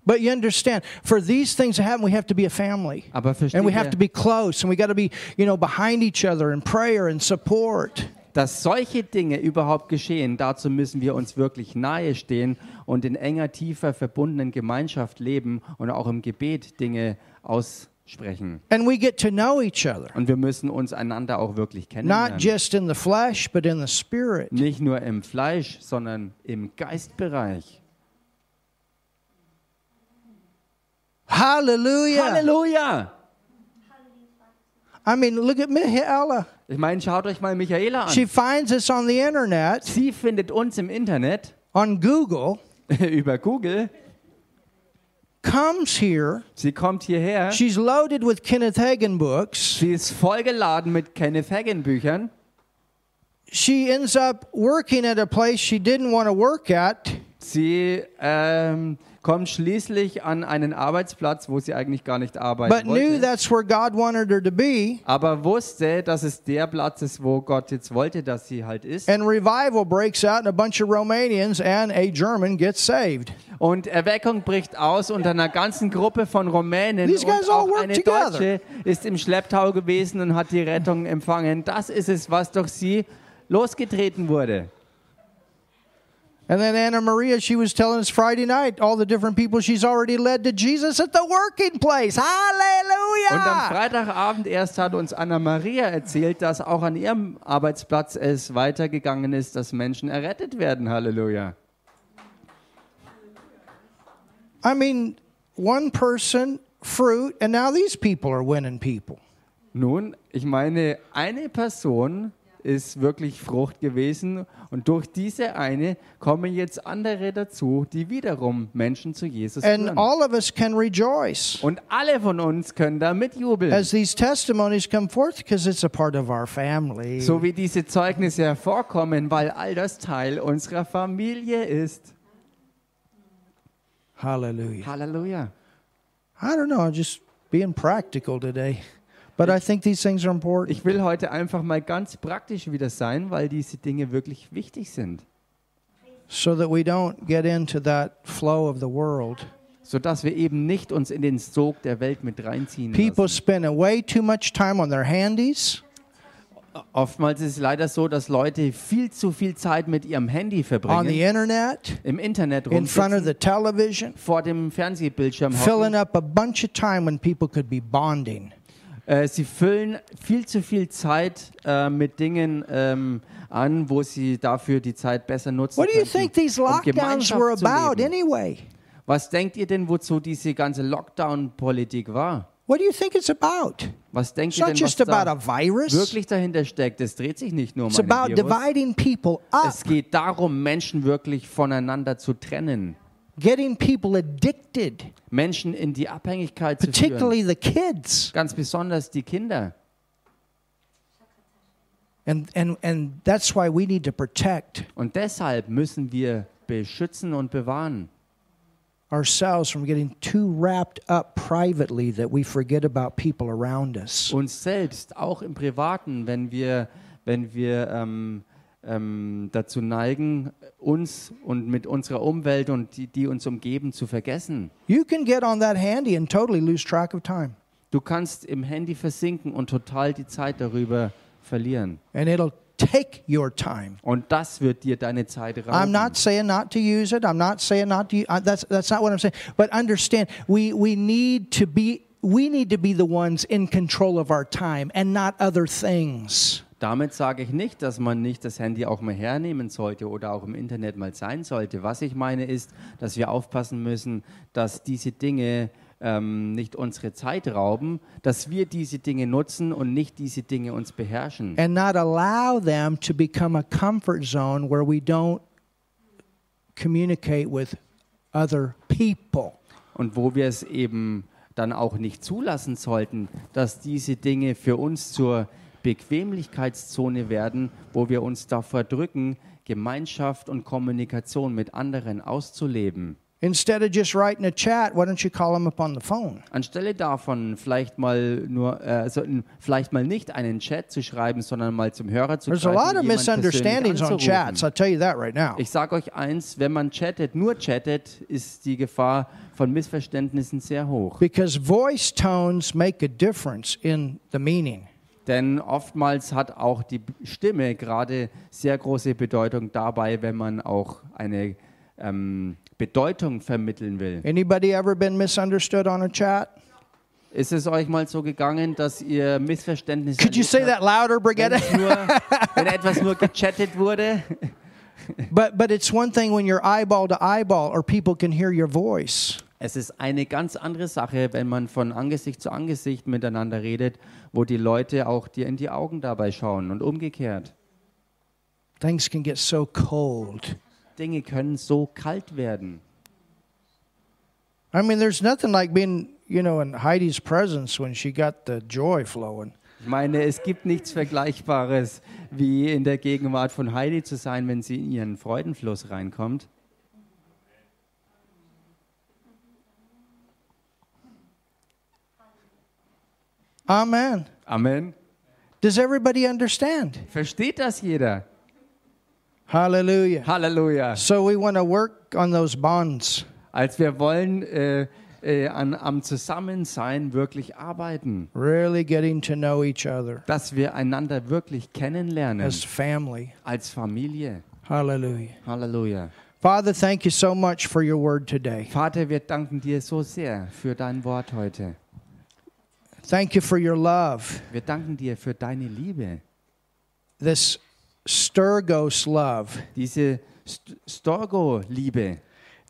A: But you understand, for these things to happen, we have to be a family.
B: Aber versteht
A: And we have
B: ihr,
A: to be close and we got to be, you know, behind each other in prayer and support.
B: dass solche Dinge überhaupt geschehen, dazu müssen wir uns wirklich nahe stehen und in enger, tiefer verbundenen Gemeinschaft leben und auch im Gebet Dinge aussprechen.
A: And we get to know each other,
B: Und wir müssen uns einander auch wirklich
A: not
B: kennenlernen.
A: just in the flesh, but in the spirit.
B: Nicht nur im Fleisch, sondern im Geistbereich.
A: Hallelujah.
B: Halleluja!
A: I mean, look at Michaela.
B: Ich meine, schaut euch mal Michaela an.
A: She finds us on the internet,
B: Sie findet uns im Internet
A: on Google,
B: über Google.
A: comes here.
B: Sie kommt hierher.
A: She's loaded with Kenneth Hagin books.
B: Sie ist vollgeladen mit Kenneth Hagin Büchern.
A: She ends up working at a place she didn't want to work at.
B: Sie ähm, kommt schließlich an einen Arbeitsplatz, wo sie eigentlich gar nicht arbeiten
A: but knew
B: wollte.
A: that's where God wanted her to be,
B: Aber wusste, dass es der Platz ist, wo Gott jetzt wollte, dass sie halt ist.
A: and revival breaks out, and a bunch of Romanians and a German gets saved.
B: Und Erweckung bricht aus unter einer ganzen Gruppe von Rumänen.
A: These
B: Und
A: guys all
B: auch
A: work
B: eine
A: together.
B: Deutsche ist im Schlepptau gewesen und hat die Rettung empfangen. Das ist es, was durch sie losgetreten wurde.
A: And then Anna Maria, she was telling us Friday night all the different people she's already led to Jesus at the working place.
B: Und am
A: Hallelujah!
B: Freitagabend erst hat uns Anna-Maria erzählt, dass auch an ihrem Arbeitsplatz es weitergegangen ist, dass Menschen errettet werden. Halleluja.
A: I mean, one person, fruit, and now these people are winning people.
B: Nun, ich meine, eine Person ist wirklich Frucht gewesen und durch diese eine kommen jetzt andere dazu, die wiederum Menschen zu Jesus
A: And
B: führen.
A: all of us can rejoice
B: Und alle von uns können damit jubeln.
A: as these testimonies come forth because it's a part of our family.
B: So wie diese Zeugnisse hervorkommen, weil all das Teil unserer Familie ist.
A: Hallelujah.
B: Halleluja.
A: I don't know, just being practical today. But I think these things are important.
B: Ich will heute einfach mal ganz praktisch wieder sein, weil diese Dinge wirklich wichtig sind,
A: so that we don't get into that flow of the world.
B: sodass wir eben nicht uns in den Sog der Welt mit reinziehen.
A: People
B: Lassen.
A: spending way too much time on their handies,
B: Oftmals ist es leider so, dass Leute viel zu viel Zeit mit ihrem Handy
A: on the
B: verbringen,
A: internet,
B: im Internet
A: in front of
B: rumsitzen,
A: the television,
B: vor dem Fernsehbildschirm
A: filling
B: hocken.
A: up a bunch of time when people could be bonding.
B: Äh, sie füllen viel zu viel Zeit äh, mit Dingen ähm, an, wo sie dafür die Zeit besser nutzen
A: What do you
B: könnten,
A: think these
B: um
A: lockdowns
B: Gemeinschaft
A: were
B: zu
A: about
B: leben.
A: anyway?
B: Was denkt ihr denn, wozu diese ganze Lockdown-Politik war?
A: What do you think it's about?
B: Was denkt
A: It's
B: ihr
A: not
B: denn, was
A: just about a
B: da
A: virus.
B: wirklich dahinter steckt? Es dreht sich nicht nur um
A: It's
B: einen
A: about
B: Virus.
A: dividing people up,
B: Es geht darum, Menschen wirklich voneinander zu trennen.
A: getting people addicted,
B: Menschen in die Abhängigkeit zu führen.
A: particularly the kids.
B: Ganz besonders die Kinder.
A: And, and, and that's why we need to protect
B: Und deshalb müssen wir beschützen und bewahren.
A: ourselves from getting too wrapped up privately that we forget about people around us.
B: Uns selbst, auch im Privaten, wenn wir, wenn wir ähm, ähm, dazu neigen, uns und mit unserer Umwelt und die, die uns umgeben, zu vergessen.
A: You can get on that handy and totally lose track of time,
B: Du kannst im Handy versinken und total die Zeit darüber verlieren.
A: and it'll take your time.
B: Und das wird dir deine Zeit
A: I'm
B: rauben.
A: not saying not to use it. I'm not saying not to. I, that's that's not what I'm saying. But understand, we we need to be we need to be the ones in control of our time and not other things.
B: Damit sage ich nicht, dass man nicht das Handy auch mal hernehmen sollte oder auch im Internet mal sein sollte. Was ich meine ist, dass wir aufpassen müssen, dass diese Dinge ähm, nicht unsere Zeit rauben, dass wir diese Dinge nutzen und nicht diese Dinge uns beherrschen.
A: and not allow them to become a comfort zone where we don't communicate with other people.
B: und wo wir es eben dann auch nicht zulassen sollten, dass diese Dinge für uns zur Bequemlichkeitszone werden, wo wir uns da verdrücken, Gemeinschaft und Kommunikation mit anderen auszuleben.
A: Instead of just writing a chat, why don't you call them up on the phone?
B: Anstelle davon vielleicht mal nur, äh, so, n- vielleicht mal nicht einen Chat zu schreiben, sondern mal zum Hörer zu
A: There's a
B: greifen,
A: lot of
B: jemanden persönlich
A: misunderstandings on
B: anzurufen.
A: chats. I'll tell you that right now.
B: Ich sage euch eins, wenn man chattet, nur chattet, ist die Gefahr von Missverständnissen sehr hoch.
A: Because voice tones make a difference in the meaning.
B: Denn oftmals hat auch die Stimme gerade sehr große Bedeutung dabei, wenn man auch eine ähm, Bedeutung vermitteln will.
A: Anybody ever been misunderstood on a chat?
B: Ist es euch mal so gegangen, dass ihr Missverständnisse...
A: Could you
B: erlebt
A: say that
B: habt,
A: louder,
B: wenn,
A: Brigetta?
B: es nur, wenn etwas nur gechattet wurde?
A: But but it's one thing when you're eyeball to eyeball or people can hear your voice.
B: Es ist eine ganz andere Sache, wenn man von Angesicht zu Angesicht miteinander redet, wo die Leute auch dir in die Augen dabei schauen und umgekehrt.
A: Things can get so cold.
B: Dinge können so kalt werden.
A: I mean, there's nothing like being, you know, in Heidi's presence when she got the joy flowing.
B: Ich meine, es gibt nichts Vergleichbares, wie in der Gegenwart von Heidi zu sein, wenn sie in ihren Freudenfluss reinkommt.
A: Amen.
B: Amen.
A: Does everybody understand?
B: Versteht das jeder?
A: Hallelujah.
B: Halleluja.
A: So we want to work on those bonds.
B: Als wir wollen äh, äh, an, am Zusammensein wirklich arbeiten,
A: really getting to know each other
B: dass wir einander wirklich kennenlernen
A: as family.
B: als Familie.
A: Hallelujah.
B: Halleluja.
A: Father, thank you so much for your word today.
B: Vater, wir danken dir so sehr für dein Wort heute.
A: Thank you for your love,
B: Wir danken dir für deine Liebe.
A: this Sturgos love
B: Diese St Storgo-Liebe,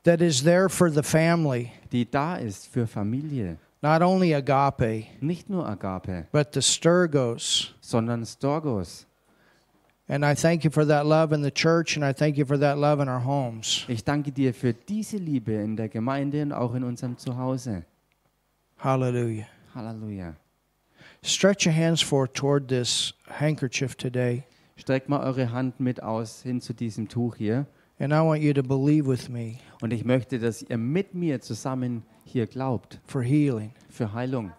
A: that is there for the family,
B: die da ist für Familie.
A: not only agape,
B: Nicht nur Agape,
A: but the Sturgos.
B: sondern Storgos.
A: And I thank you for that love in the church, and I thank you for that love in our homes.
B: Ich danke dir für diese Liebe in der Gemeinde und auch in unserem Zuhause.
A: Hallelujah.
B: Halleluja.
A: Stretch your hands forth toward this handkerchief today,
B: Streckt mal eure Hand mit aus hin zu diesem Tuch hier.
A: and I want you to believe with me
B: Und ich möchte, dass ihr mit mir zusammen hier glaubt
A: for healing.
B: für Heilung.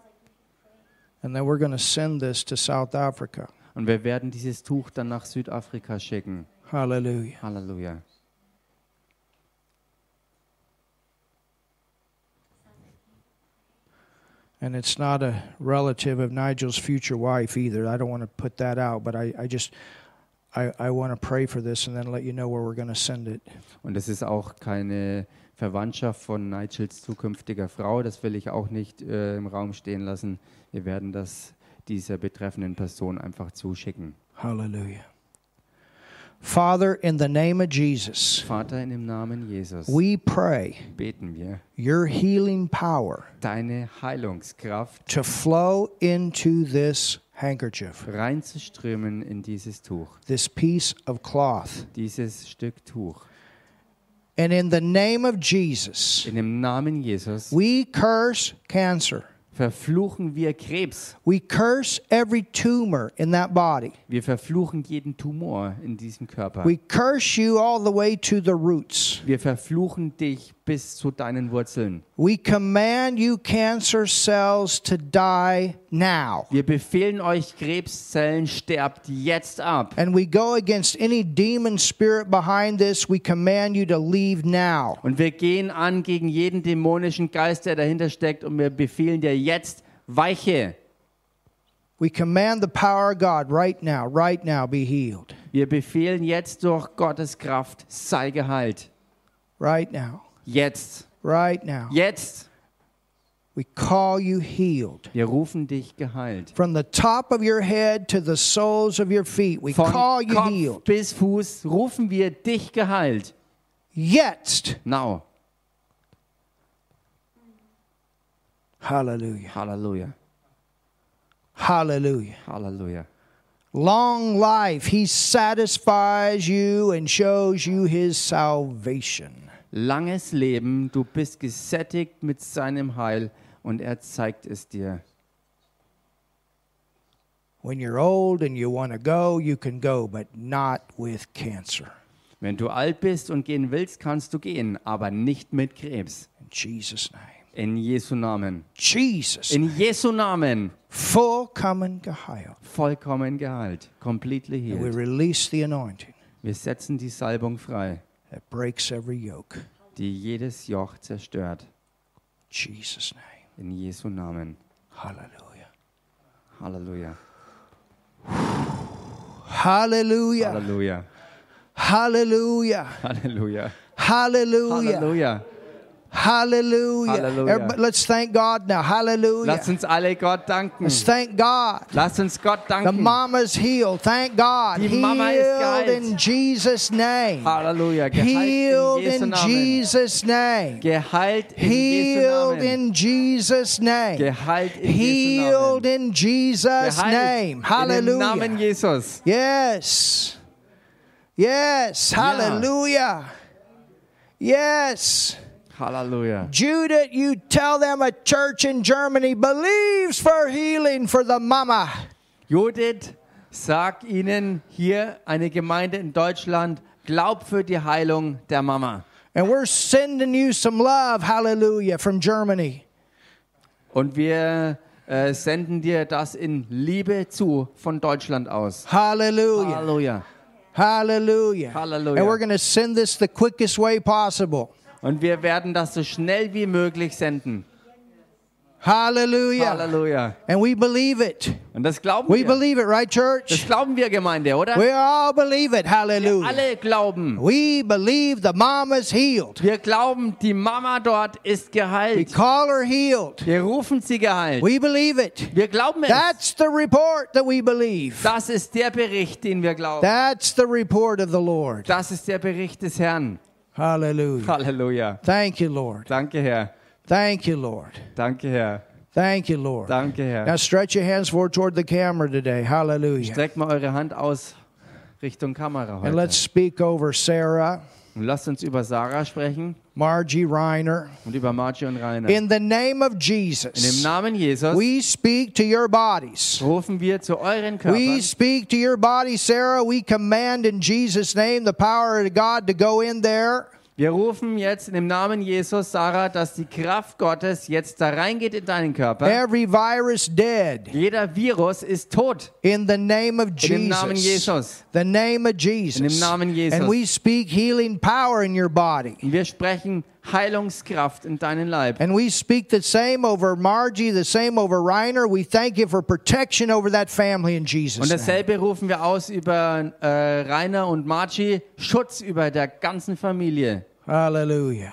A: And then we're going to send this to South Africa.
B: Und wir werden dieses Tuch dann nach Südafrika schicken.
A: Hallelujah.
B: Halleluja.
A: And it's not a relative of Nigel's future wife either. I don't want to put that out, but I, I just I, I want to pray for this and then let you know where we're going to send it.
B: Und es ist auch keine Verwandtschaft von Nigels zukünftiger Frau. Das will ich auch nicht äh, im Raum stehen lassen. Wir werden das dieser betreffenden Person einfach zuschicken.
A: Hallelujah. Father, in the name of Jesus,
B: Vater, in dem Namen Jesus
A: we pray
B: beten wir,
A: your healing power
B: deine Heilungskraft
A: to flow into this handkerchief,
B: reinzuströmen in dieses Tuch,
A: this piece of cloth.
B: dieses Stück Tuch.
A: And in the name of Jesus,
B: In dem Namen Jesus
A: we curse cancer.
B: verfluchen wir Krebs.
A: We curse every tumor in that body.
B: Wir verfluchen jeden Tumor in diesem Körper.
A: We curse you all the way to the roots.
B: Wir verfluchen dich bis zu deinen Wurzeln.
A: We command you cancer cells to die now.
B: Wir befehlen euch, Krebszellen, sterbt jetzt ab.
A: And we go against any demon spirit behind this. We command you to leave now.
B: Und wir gehen an gegen jeden dämonischen Geist, der dahinter steckt, und wir befehlen dir jetzt, weiche.
A: We command the power of God right now, right now, be healed.
B: Wir befehlen jetzt durch Gottes Kraft, sei geheilt.
A: Right now,
B: Jetzt,
A: right now.
B: jetzt.
A: We call you healed.
B: Wir rufen dich geheilt.
A: From the top of your head to the soles of your feet, we
B: Von
A: call you
B: Kopf
A: healed.
B: bis Fuß rufen wir dich geheilt.
A: Jetzt.
B: Now,
A: Hallelujah.
B: Halleluja,
A: Hallelujah.
B: Halleluja.
A: Long life, he satisfies you and shows you his salvation.
B: Langes Leben, du bist gesättigt mit seinem Heil und er zeigt es dir.
A: When you're old and you want to go, you can go, but not with cancer.
B: Wenn du alt bist und gehen willst, kannst du gehen, aber nicht mit Krebs.
A: In Jesus' name.
B: In Jesu Namen.
A: Jesus.
B: In Jesu Namen.
A: full common Geheilt.
B: Vollkommen geheilt. Completely
A: And we
B: healed.
A: release the anointing
B: Wir setzen die Salbung frei,
A: that breaks every yoke.
B: die jedes Joch zerstört.
A: Jesus' name.
B: In Jesu Namen.
A: Hallelujah.
B: Halleluja.
A: Hallelujah.
B: Halleluja.
A: Hallelujah.
B: Halleluja.
A: Hallelujah. Hallelujah.
B: Halleluja. Hallelujah.
A: Everybody- let's thank God now. Hallelujah.
B: Lasst uns alle Gott danken.
A: Let's thank God.
B: Lasst uns Gott
A: The
B: danken.
A: mama's healed. Thank God.
B: Die Mama ist
A: healed
B: geheilt.
A: in Jesus' name.
B: Halleluja. Geheilt
A: Healed
B: in Jesu
A: in
B: Namen.
A: Jesus' name.
B: Geheilt in Jesu
A: Healed
B: Namen.
A: in Jesus' name.
B: Geheilt in Jesu Namen.
A: Healed in Jesus'
B: Geheilt
A: name.
B: In dem Namen
A: Hallelujah.
B: Jesus.
A: Yes. Yes. Hallelujah. Yes.
B: Halleluja.
A: Judith, you tell them a church in Germany believes for healing for the mama.
B: Judith, sag ihnen hier eine Gemeinde in Deutschland, glaub für die Heilung der Mama.
A: And we're sending you some love, hallelujah, from Germany.
B: Und wir äh, senden dir das in Liebe zu von Deutschland aus.
A: Hallelujah.
B: Halleluja.
A: Ah. Hallelujah.
B: Hallelujah.
A: And we're going to send this the quickest way possible.
B: Und wir werden das so schnell wie möglich senden.
A: Hallelujah.
B: Halleluja.
A: And we believe it.
B: Und das glauben
A: We
B: wir.
A: believe it, right,
B: Das
A: church?
B: glauben wir, Gemeinde, oder?
A: We all believe it. Hallelujah.
B: Alle glauben.
A: We believe the mama's healed.
B: Wir glauben, die Mama dort ist
A: We
B: geheilt.
A: call her healed.
B: Wir rufen sie geheilt.
A: We believe it.
B: Wir glauben es.
A: That's the report that we believe.
B: Das ist der Bericht, den wir glauben.
A: That's the report of the Lord.
B: Das ist der Bericht des Herrn.
A: Hallelujah.
B: Halleluja.
A: Thank you, Lord.
B: Danke, Herr.
A: Thank you, Lord.
B: Danke, Herr.
A: Thank you, Lord.
B: Danke,
A: Now
B: Herr.
A: stretch your hands forward toward the camera today. Hallelujah.
B: Streckt mal eure Hand aus Richtung Kamera
A: And
B: heute.
A: let's speak over Sarah,
B: Und lasst uns über Sarah sprechen
A: Margie Reiner.
B: und über Margie und Rainer. In
A: In the name of
B: dem
A: Jesus,
B: Namen Jesus
A: we speak to your bodies.
B: rufen wir zu euren Körpern.
A: We speak to your body, Sarah. We command in Jesus' name the power of God to go in there.
B: Wir rufen jetzt in dem Namen Jesus, Sarah, dass die Kraft Gottes jetzt da reingeht in deinen Körper.
A: Every virus dead.
B: Jeder Virus ist tot.
A: In the name of Jesus.
B: In dem Namen Jesus.
A: The name of Jesus.
B: In dem Namen Jesus.
A: And we speak healing power in your body.
B: Und wir sprechen Heilungskraft in deinen Leib.
A: And we speak the same over Margie, the same over Reiner. We thank you for protection over that family in Jesus.
B: Und
A: name.
B: dasselbe rufen wir aus über äh, Rainer und Marci, Schutz über der ganzen Familie.
A: Hallelujah.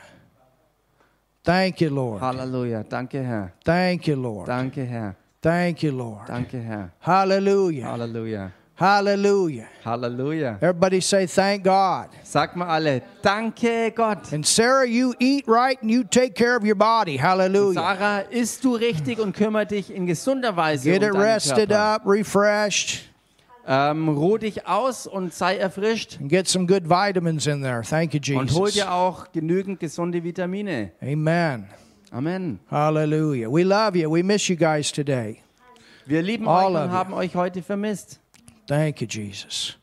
A: Thank you, Lord.
B: Halleluja. Danke, Herr.
A: Thank you, Lord.
B: Danke, Herr.
A: Thank you, Lord.
B: Danke, Herr.
A: Hallelujah.
B: Halleluja.
A: Hallelujah.
B: Halleluja.
A: Everybody say thank God.
B: Sag mal alle, danke Gott.
A: And Sarah, you eat right and you take care of your body. Hallelujah.
B: Sarah, isst du richtig und kümmere dich in gesunder Weise
A: Get it
B: um deinen
A: rested
B: Körper.
A: up, refreshed,
B: Ähm, ruh dich aus und sei erfrischt
A: and get some good vitamins in there. Thank you,
B: und hol
A: Jesus.
B: dir auch genügend gesunde Vitamine.
A: Amen.
B: Amen.
A: Hallelujah. We love you. We miss you guys today.
B: Wir lieben
A: All
B: euch
A: of
B: und
A: you.
B: haben euch heute vermisst.
A: Thank you, Jesus.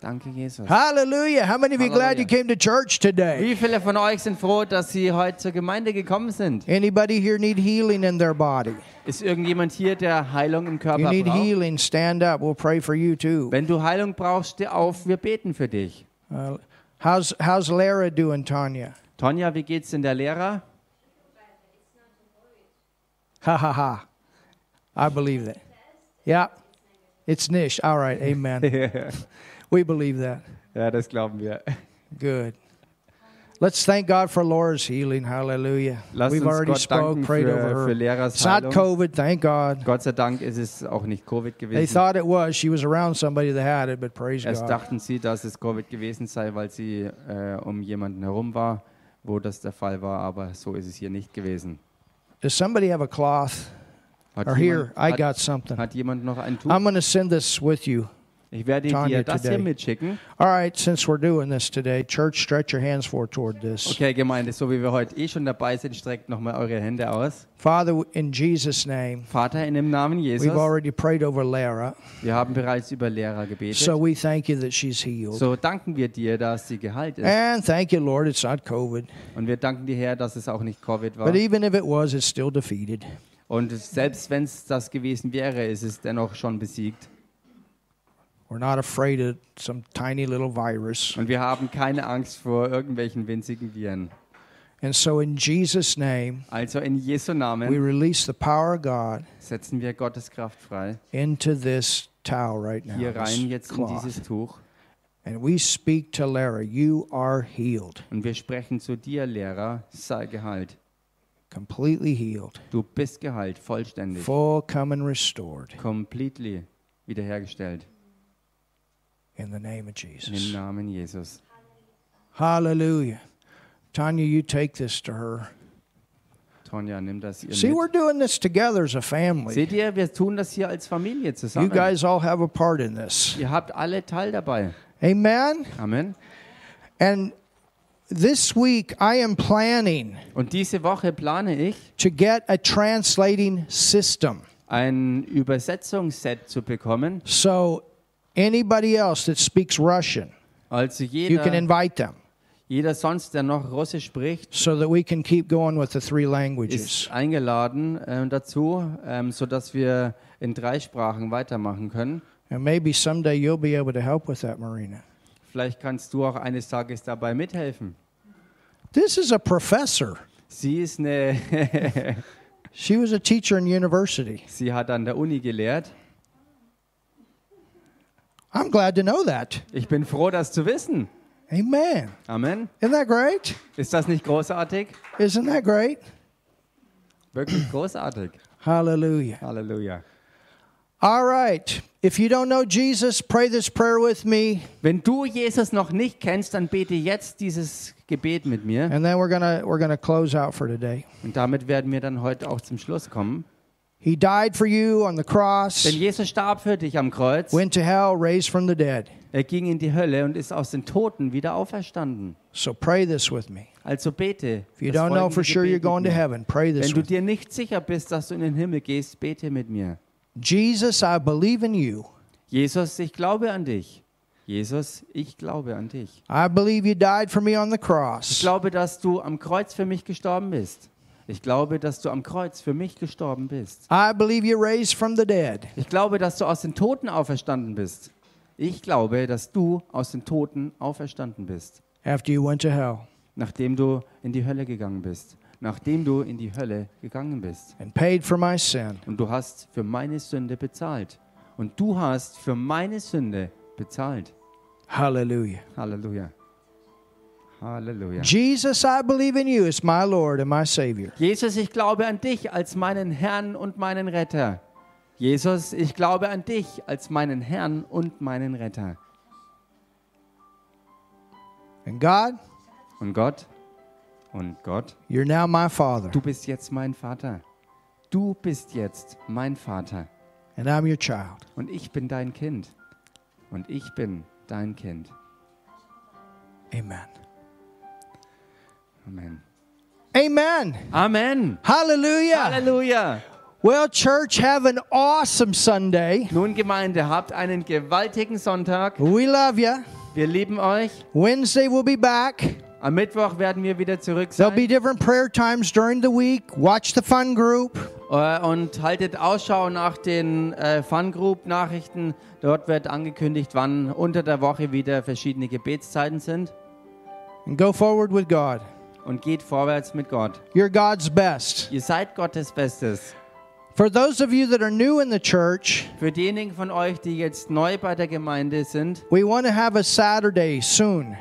B: Danke, Jesus.
A: Hallelujah. How many of you glad
B: Hallelujah.
A: you came to church today?
B: Wie viele von euch sind froh, dass sie heute zur Gemeinde gekommen sind?
A: Anybody here need healing in their body?
B: Ist irgendjemand hier, der Heilung im
A: You
B: Körper
A: need
B: braucht?
A: healing, stand up. We'll pray for you too.
B: Wenn du Heilung brauchst, steh auf, wir beten für dich.
A: Uh, how's how's Lara doing, Tanya?
B: Tonja, wie geht's denn der Lehrer?
A: Ha ha ha. I believe that. Yeah. It's Nish. All right. Amen.
B: ja,
A: we believe that.
B: das glauben wir.
A: Good. Let's thank God for Laura's healing. Hallelujah.
B: Lass
A: We've
B: uns
A: already
B: Gott
A: spoke,
B: danken
A: prayed over
B: für, für
A: her.
B: Lehrers
A: It's not
B: Heilung.
A: COVID, thank God.
B: Gott sei Dank ist es auch nicht Covid
A: They
B: gewesen.
A: thought it was. She was around somebody that had it, but praise
B: Erst
A: God.
B: dachten sie, dass es Covid gewesen sei, weil sie äh, um jemanden herum war, wo das der Fall war, aber so ist es hier nicht gewesen.
A: Does somebody have a cloth?
B: Hat
A: Or here, I
B: jemand, hat,
A: got something.
B: hat jemand noch ein Tuch?
A: I'm going to send this with you.
B: Ich werde
A: Tanya
B: dir das
A: today.
B: hier mitschicken.
A: All right, since we're doing this today, church, stretch your hands forward toward this.
B: Okay, Gemeinde, so wie wir heute eh schon dabei sind, streckt nochmal eure Hände aus.
A: Father, in Jesus' name,
B: Vater, in dem Namen Jesus,
A: we've already prayed over Lara,
B: wir haben bereits über Lehrer gebetet.
A: so we thank you that she's healed.
B: so danken wir dir, dass sie geheilt ist.
A: And thank you, Lord, it's not COVID.
B: Und wir danken dir, Herr, dass es auch nicht Covid war.
A: But even if it was, it's still defeated.
B: Und selbst wenn es das gewesen wäre, ist es dennoch schon besiegt.
A: We're not afraid of some tiny little virus.
B: Und wir haben keine Angst vor irgendwelchen winzigen Viren.
A: And so, in Jesus' name,
B: Also in Jesu
A: we
B: Namen
A: release the power of God
B: setzen wir Gottes Kraft frei.
A: into this towel right now.
B: Hier
A: this
B: rein jetzt in
A: cloth.
B: dieses Tuch.
A: And we speak to Lara, you are healed,
B: Und wir sprechen zu dir, Lehrer, sei geheilt.
A: completely healed,
B: Du bist geheilt, vollständig,
A: full, come, and restored
B: completely wiederhergestellt.
A: in the name of
B: Im
A: Jesus.
B: Namen Jesus.
A: Hallelujah. Tanya, you take this to her.
B: Tonja, nimm das ihr
A: See,
B: mit.
A: we're doing this together as a family.
B: Seht ihr, wir tun das hier als Familie
A: You
B: zusammen.
A: guys all have a part in this.
B: Ihr habt alle Teil dabei.
A: Amen.
B: Amen.
A: And this week, I am planning
B: Und diese Woche plane ich,
A: to get a translating system.
B: ein Übersetzungsset zu bekommen.
A: So, anybody else that speaks Russian,
B: Also
A: you can
B: jeder,
A: invite them
B: jeder sonst, der noch Russisch spricht,
A: so that we can keep going with the three
B: ist
A: languages.
B: eingeladen ähm, dazu, ähm, sodass wir in drei Sprachen weitermachen können.
A: And maybe someday you'll be able to help with that, Marina.
B: Vielleicht kannst du auch eines Tages dabei mithelfen.
A: This is a professor.
B: Sie ist eine,
A: She was a teacher in university.
B: sie hat an der Uni gelehrt.
A: I'm glad to know that.
B: Ich bin froh, das zu wissen.
A: Amen.
B: Amen.
A: Isn't that great?
B: Ist das nicht großartig?
A: Isn't that great?
B: Wirklich großartig.
A: Hallelujah.
B: Halleluja.
A: All right. If you don't know Jesus, pray this prayer with me.
B: Wenn du Jesus noch nicht kennst, dann bete jetzt dieses Gebet mit mir.
A: And then we're going to we're going to close out for today.
B: Und damit werden wir dann heute auch zum Schluss kommen.
A: He died for you on the cross,
B: Denn Jesus starb für dich am Kreuz.
A: went to hell, raised from the dead.
B: Er ging in die Hölle und ist aus den Toten wieder auferstanden.
A: So pray this with me.
B: Also bete.
A: If you
B: das
A: don't know
B: folgende
A: for sure you're
B: Gebet mit
A: going to
B: mir.
A: heaven, pray this
B: Wenn du
A: with me.
B: dir nicht sicher bist, dass du in den Himmel gehst, bete mit mir.
A: Jesus, I believe in you.
B: Jesus, ich glaube an dich. Jesus, ich glaube an dich.
A: I believe you died for me on the
B: Ich
A: cross.
B: glaube, dass du am Kreuz für mich gestorben bist. Ich glaube, dass du am Kreuz für mich gestorben bist.
A: I believe you raised from the dead.
B: Ich glaube, dass du aus den Toten auferstanden bist. Ich glaube, dass du aus den Toten auferstanden bist,
A: after you went to hell
B: nachdem du in die Hölle gegangen bist. Nachdem du in die Hölle gegangen bist.
A: and paid for my sin.
B: Und du hast für meine Sünde bezahlt. Und du hast für meine Sünde bezahlt.
A: Hallelujah.
B: Halleluja. Halleluja.
A: Jesus, I believe in you as my Lord and my Savior.
B: Jesus, ich glaube an dich als meinen Herrn und meinen Retter. Jesus, ich glaube an dich als meinen Herrn und meinen Retter.
A: And God,
B: Und Gott, und Gott,
A: you're now my Father,
B: du bist jetzt mein Vater. Du bist jetzt mein Vater.
A: and I'm your child.
B: Und ich bin dein Kind. Und ich bin dein Kind.
A: Amen.
B: Amen.
A: Amen.
B: Amen.
A: Hallelujah.
B: Halleluja.
A: Well, church, have an awesome Sunday.
B: Nun Gemeinde, habt einen gewaltigen Sonntag.
A: We love you.
B: Wir lieben euch.
A: Wednesday we'll be back.
B: Am Mittwoch werden wir wieder zurück
A: There'll
B: sein.
A: be different prayer times during the week. Watch the fun group.
B: Äh, und haltet Ausschau nach den äh, Fun Group Nachrichten. Dort wird angekündigt, wann unter der Woche wieder verschiedene Gebetszeiten sind.
A: And go forward with God.
B: Und geht vorwärts mit Gott.
A: You're God's best.
B: Ihr seid Gottes Bestes.
A: For those of you that are new in the church,
B: Für diejenigen von euch, die jetzt neu bei der Gemeinde sind,
A: we want to have a Saturday soon.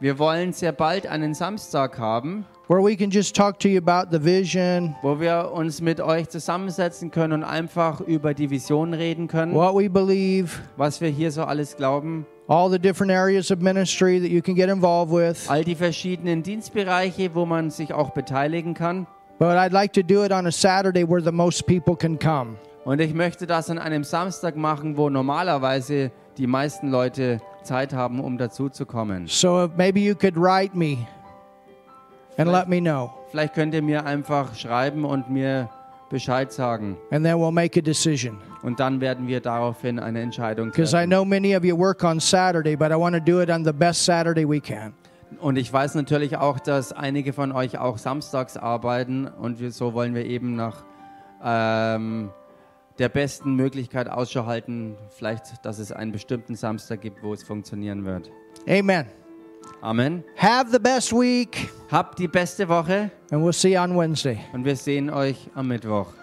B: wir wollen sehr bald einen Samstag haben,
A: where we can just talk to you about the vision,
B: wo wir uns mit euch zusammensetzen können und einfach über die Vision reden können,
A: what we believe,
B: was wir hier so alles glauben,
A: all the different areas of ministry that you can get involved with.
B: all die verschiedenen Dienstbereiche, wo man sich auch beteiligen kann.
A: But I'd like to do it on a Saturday where the most people can come.
B: Und ich möchte das an einem Samstag machen, wo normalerweise die meisten Leute Zeit haben, um dazu zu kommen.
A: So if maybe you could write me and let me know,
B: Vielleicht könnt ihr mir einfach schreiben und mir Bescheid sagen.
A: and then we'll make a decision.
B: Und dann werden wir daraufhin eine Entscheidung
A: Because I
B: treffen.
A: know many of you work on Saturday, but I want to do it on the best Saturday we can.
B: Und ich weiß natürlich auch, dass einige von euch auch samstags arbeiten. Und wir, so wollen wir eben nach ähm, der besten Möglichkeit Ausschau halten. Vielleicht, dass es einen bestimmten Samstag gibt, wo es funktionieren wird.
A: Amen.
B: Amen.
A: Have the best week,
B: Habt die beste Woche
A: and we'll see you on Wednesday.
B: und wir sehen euch am Mittwoch.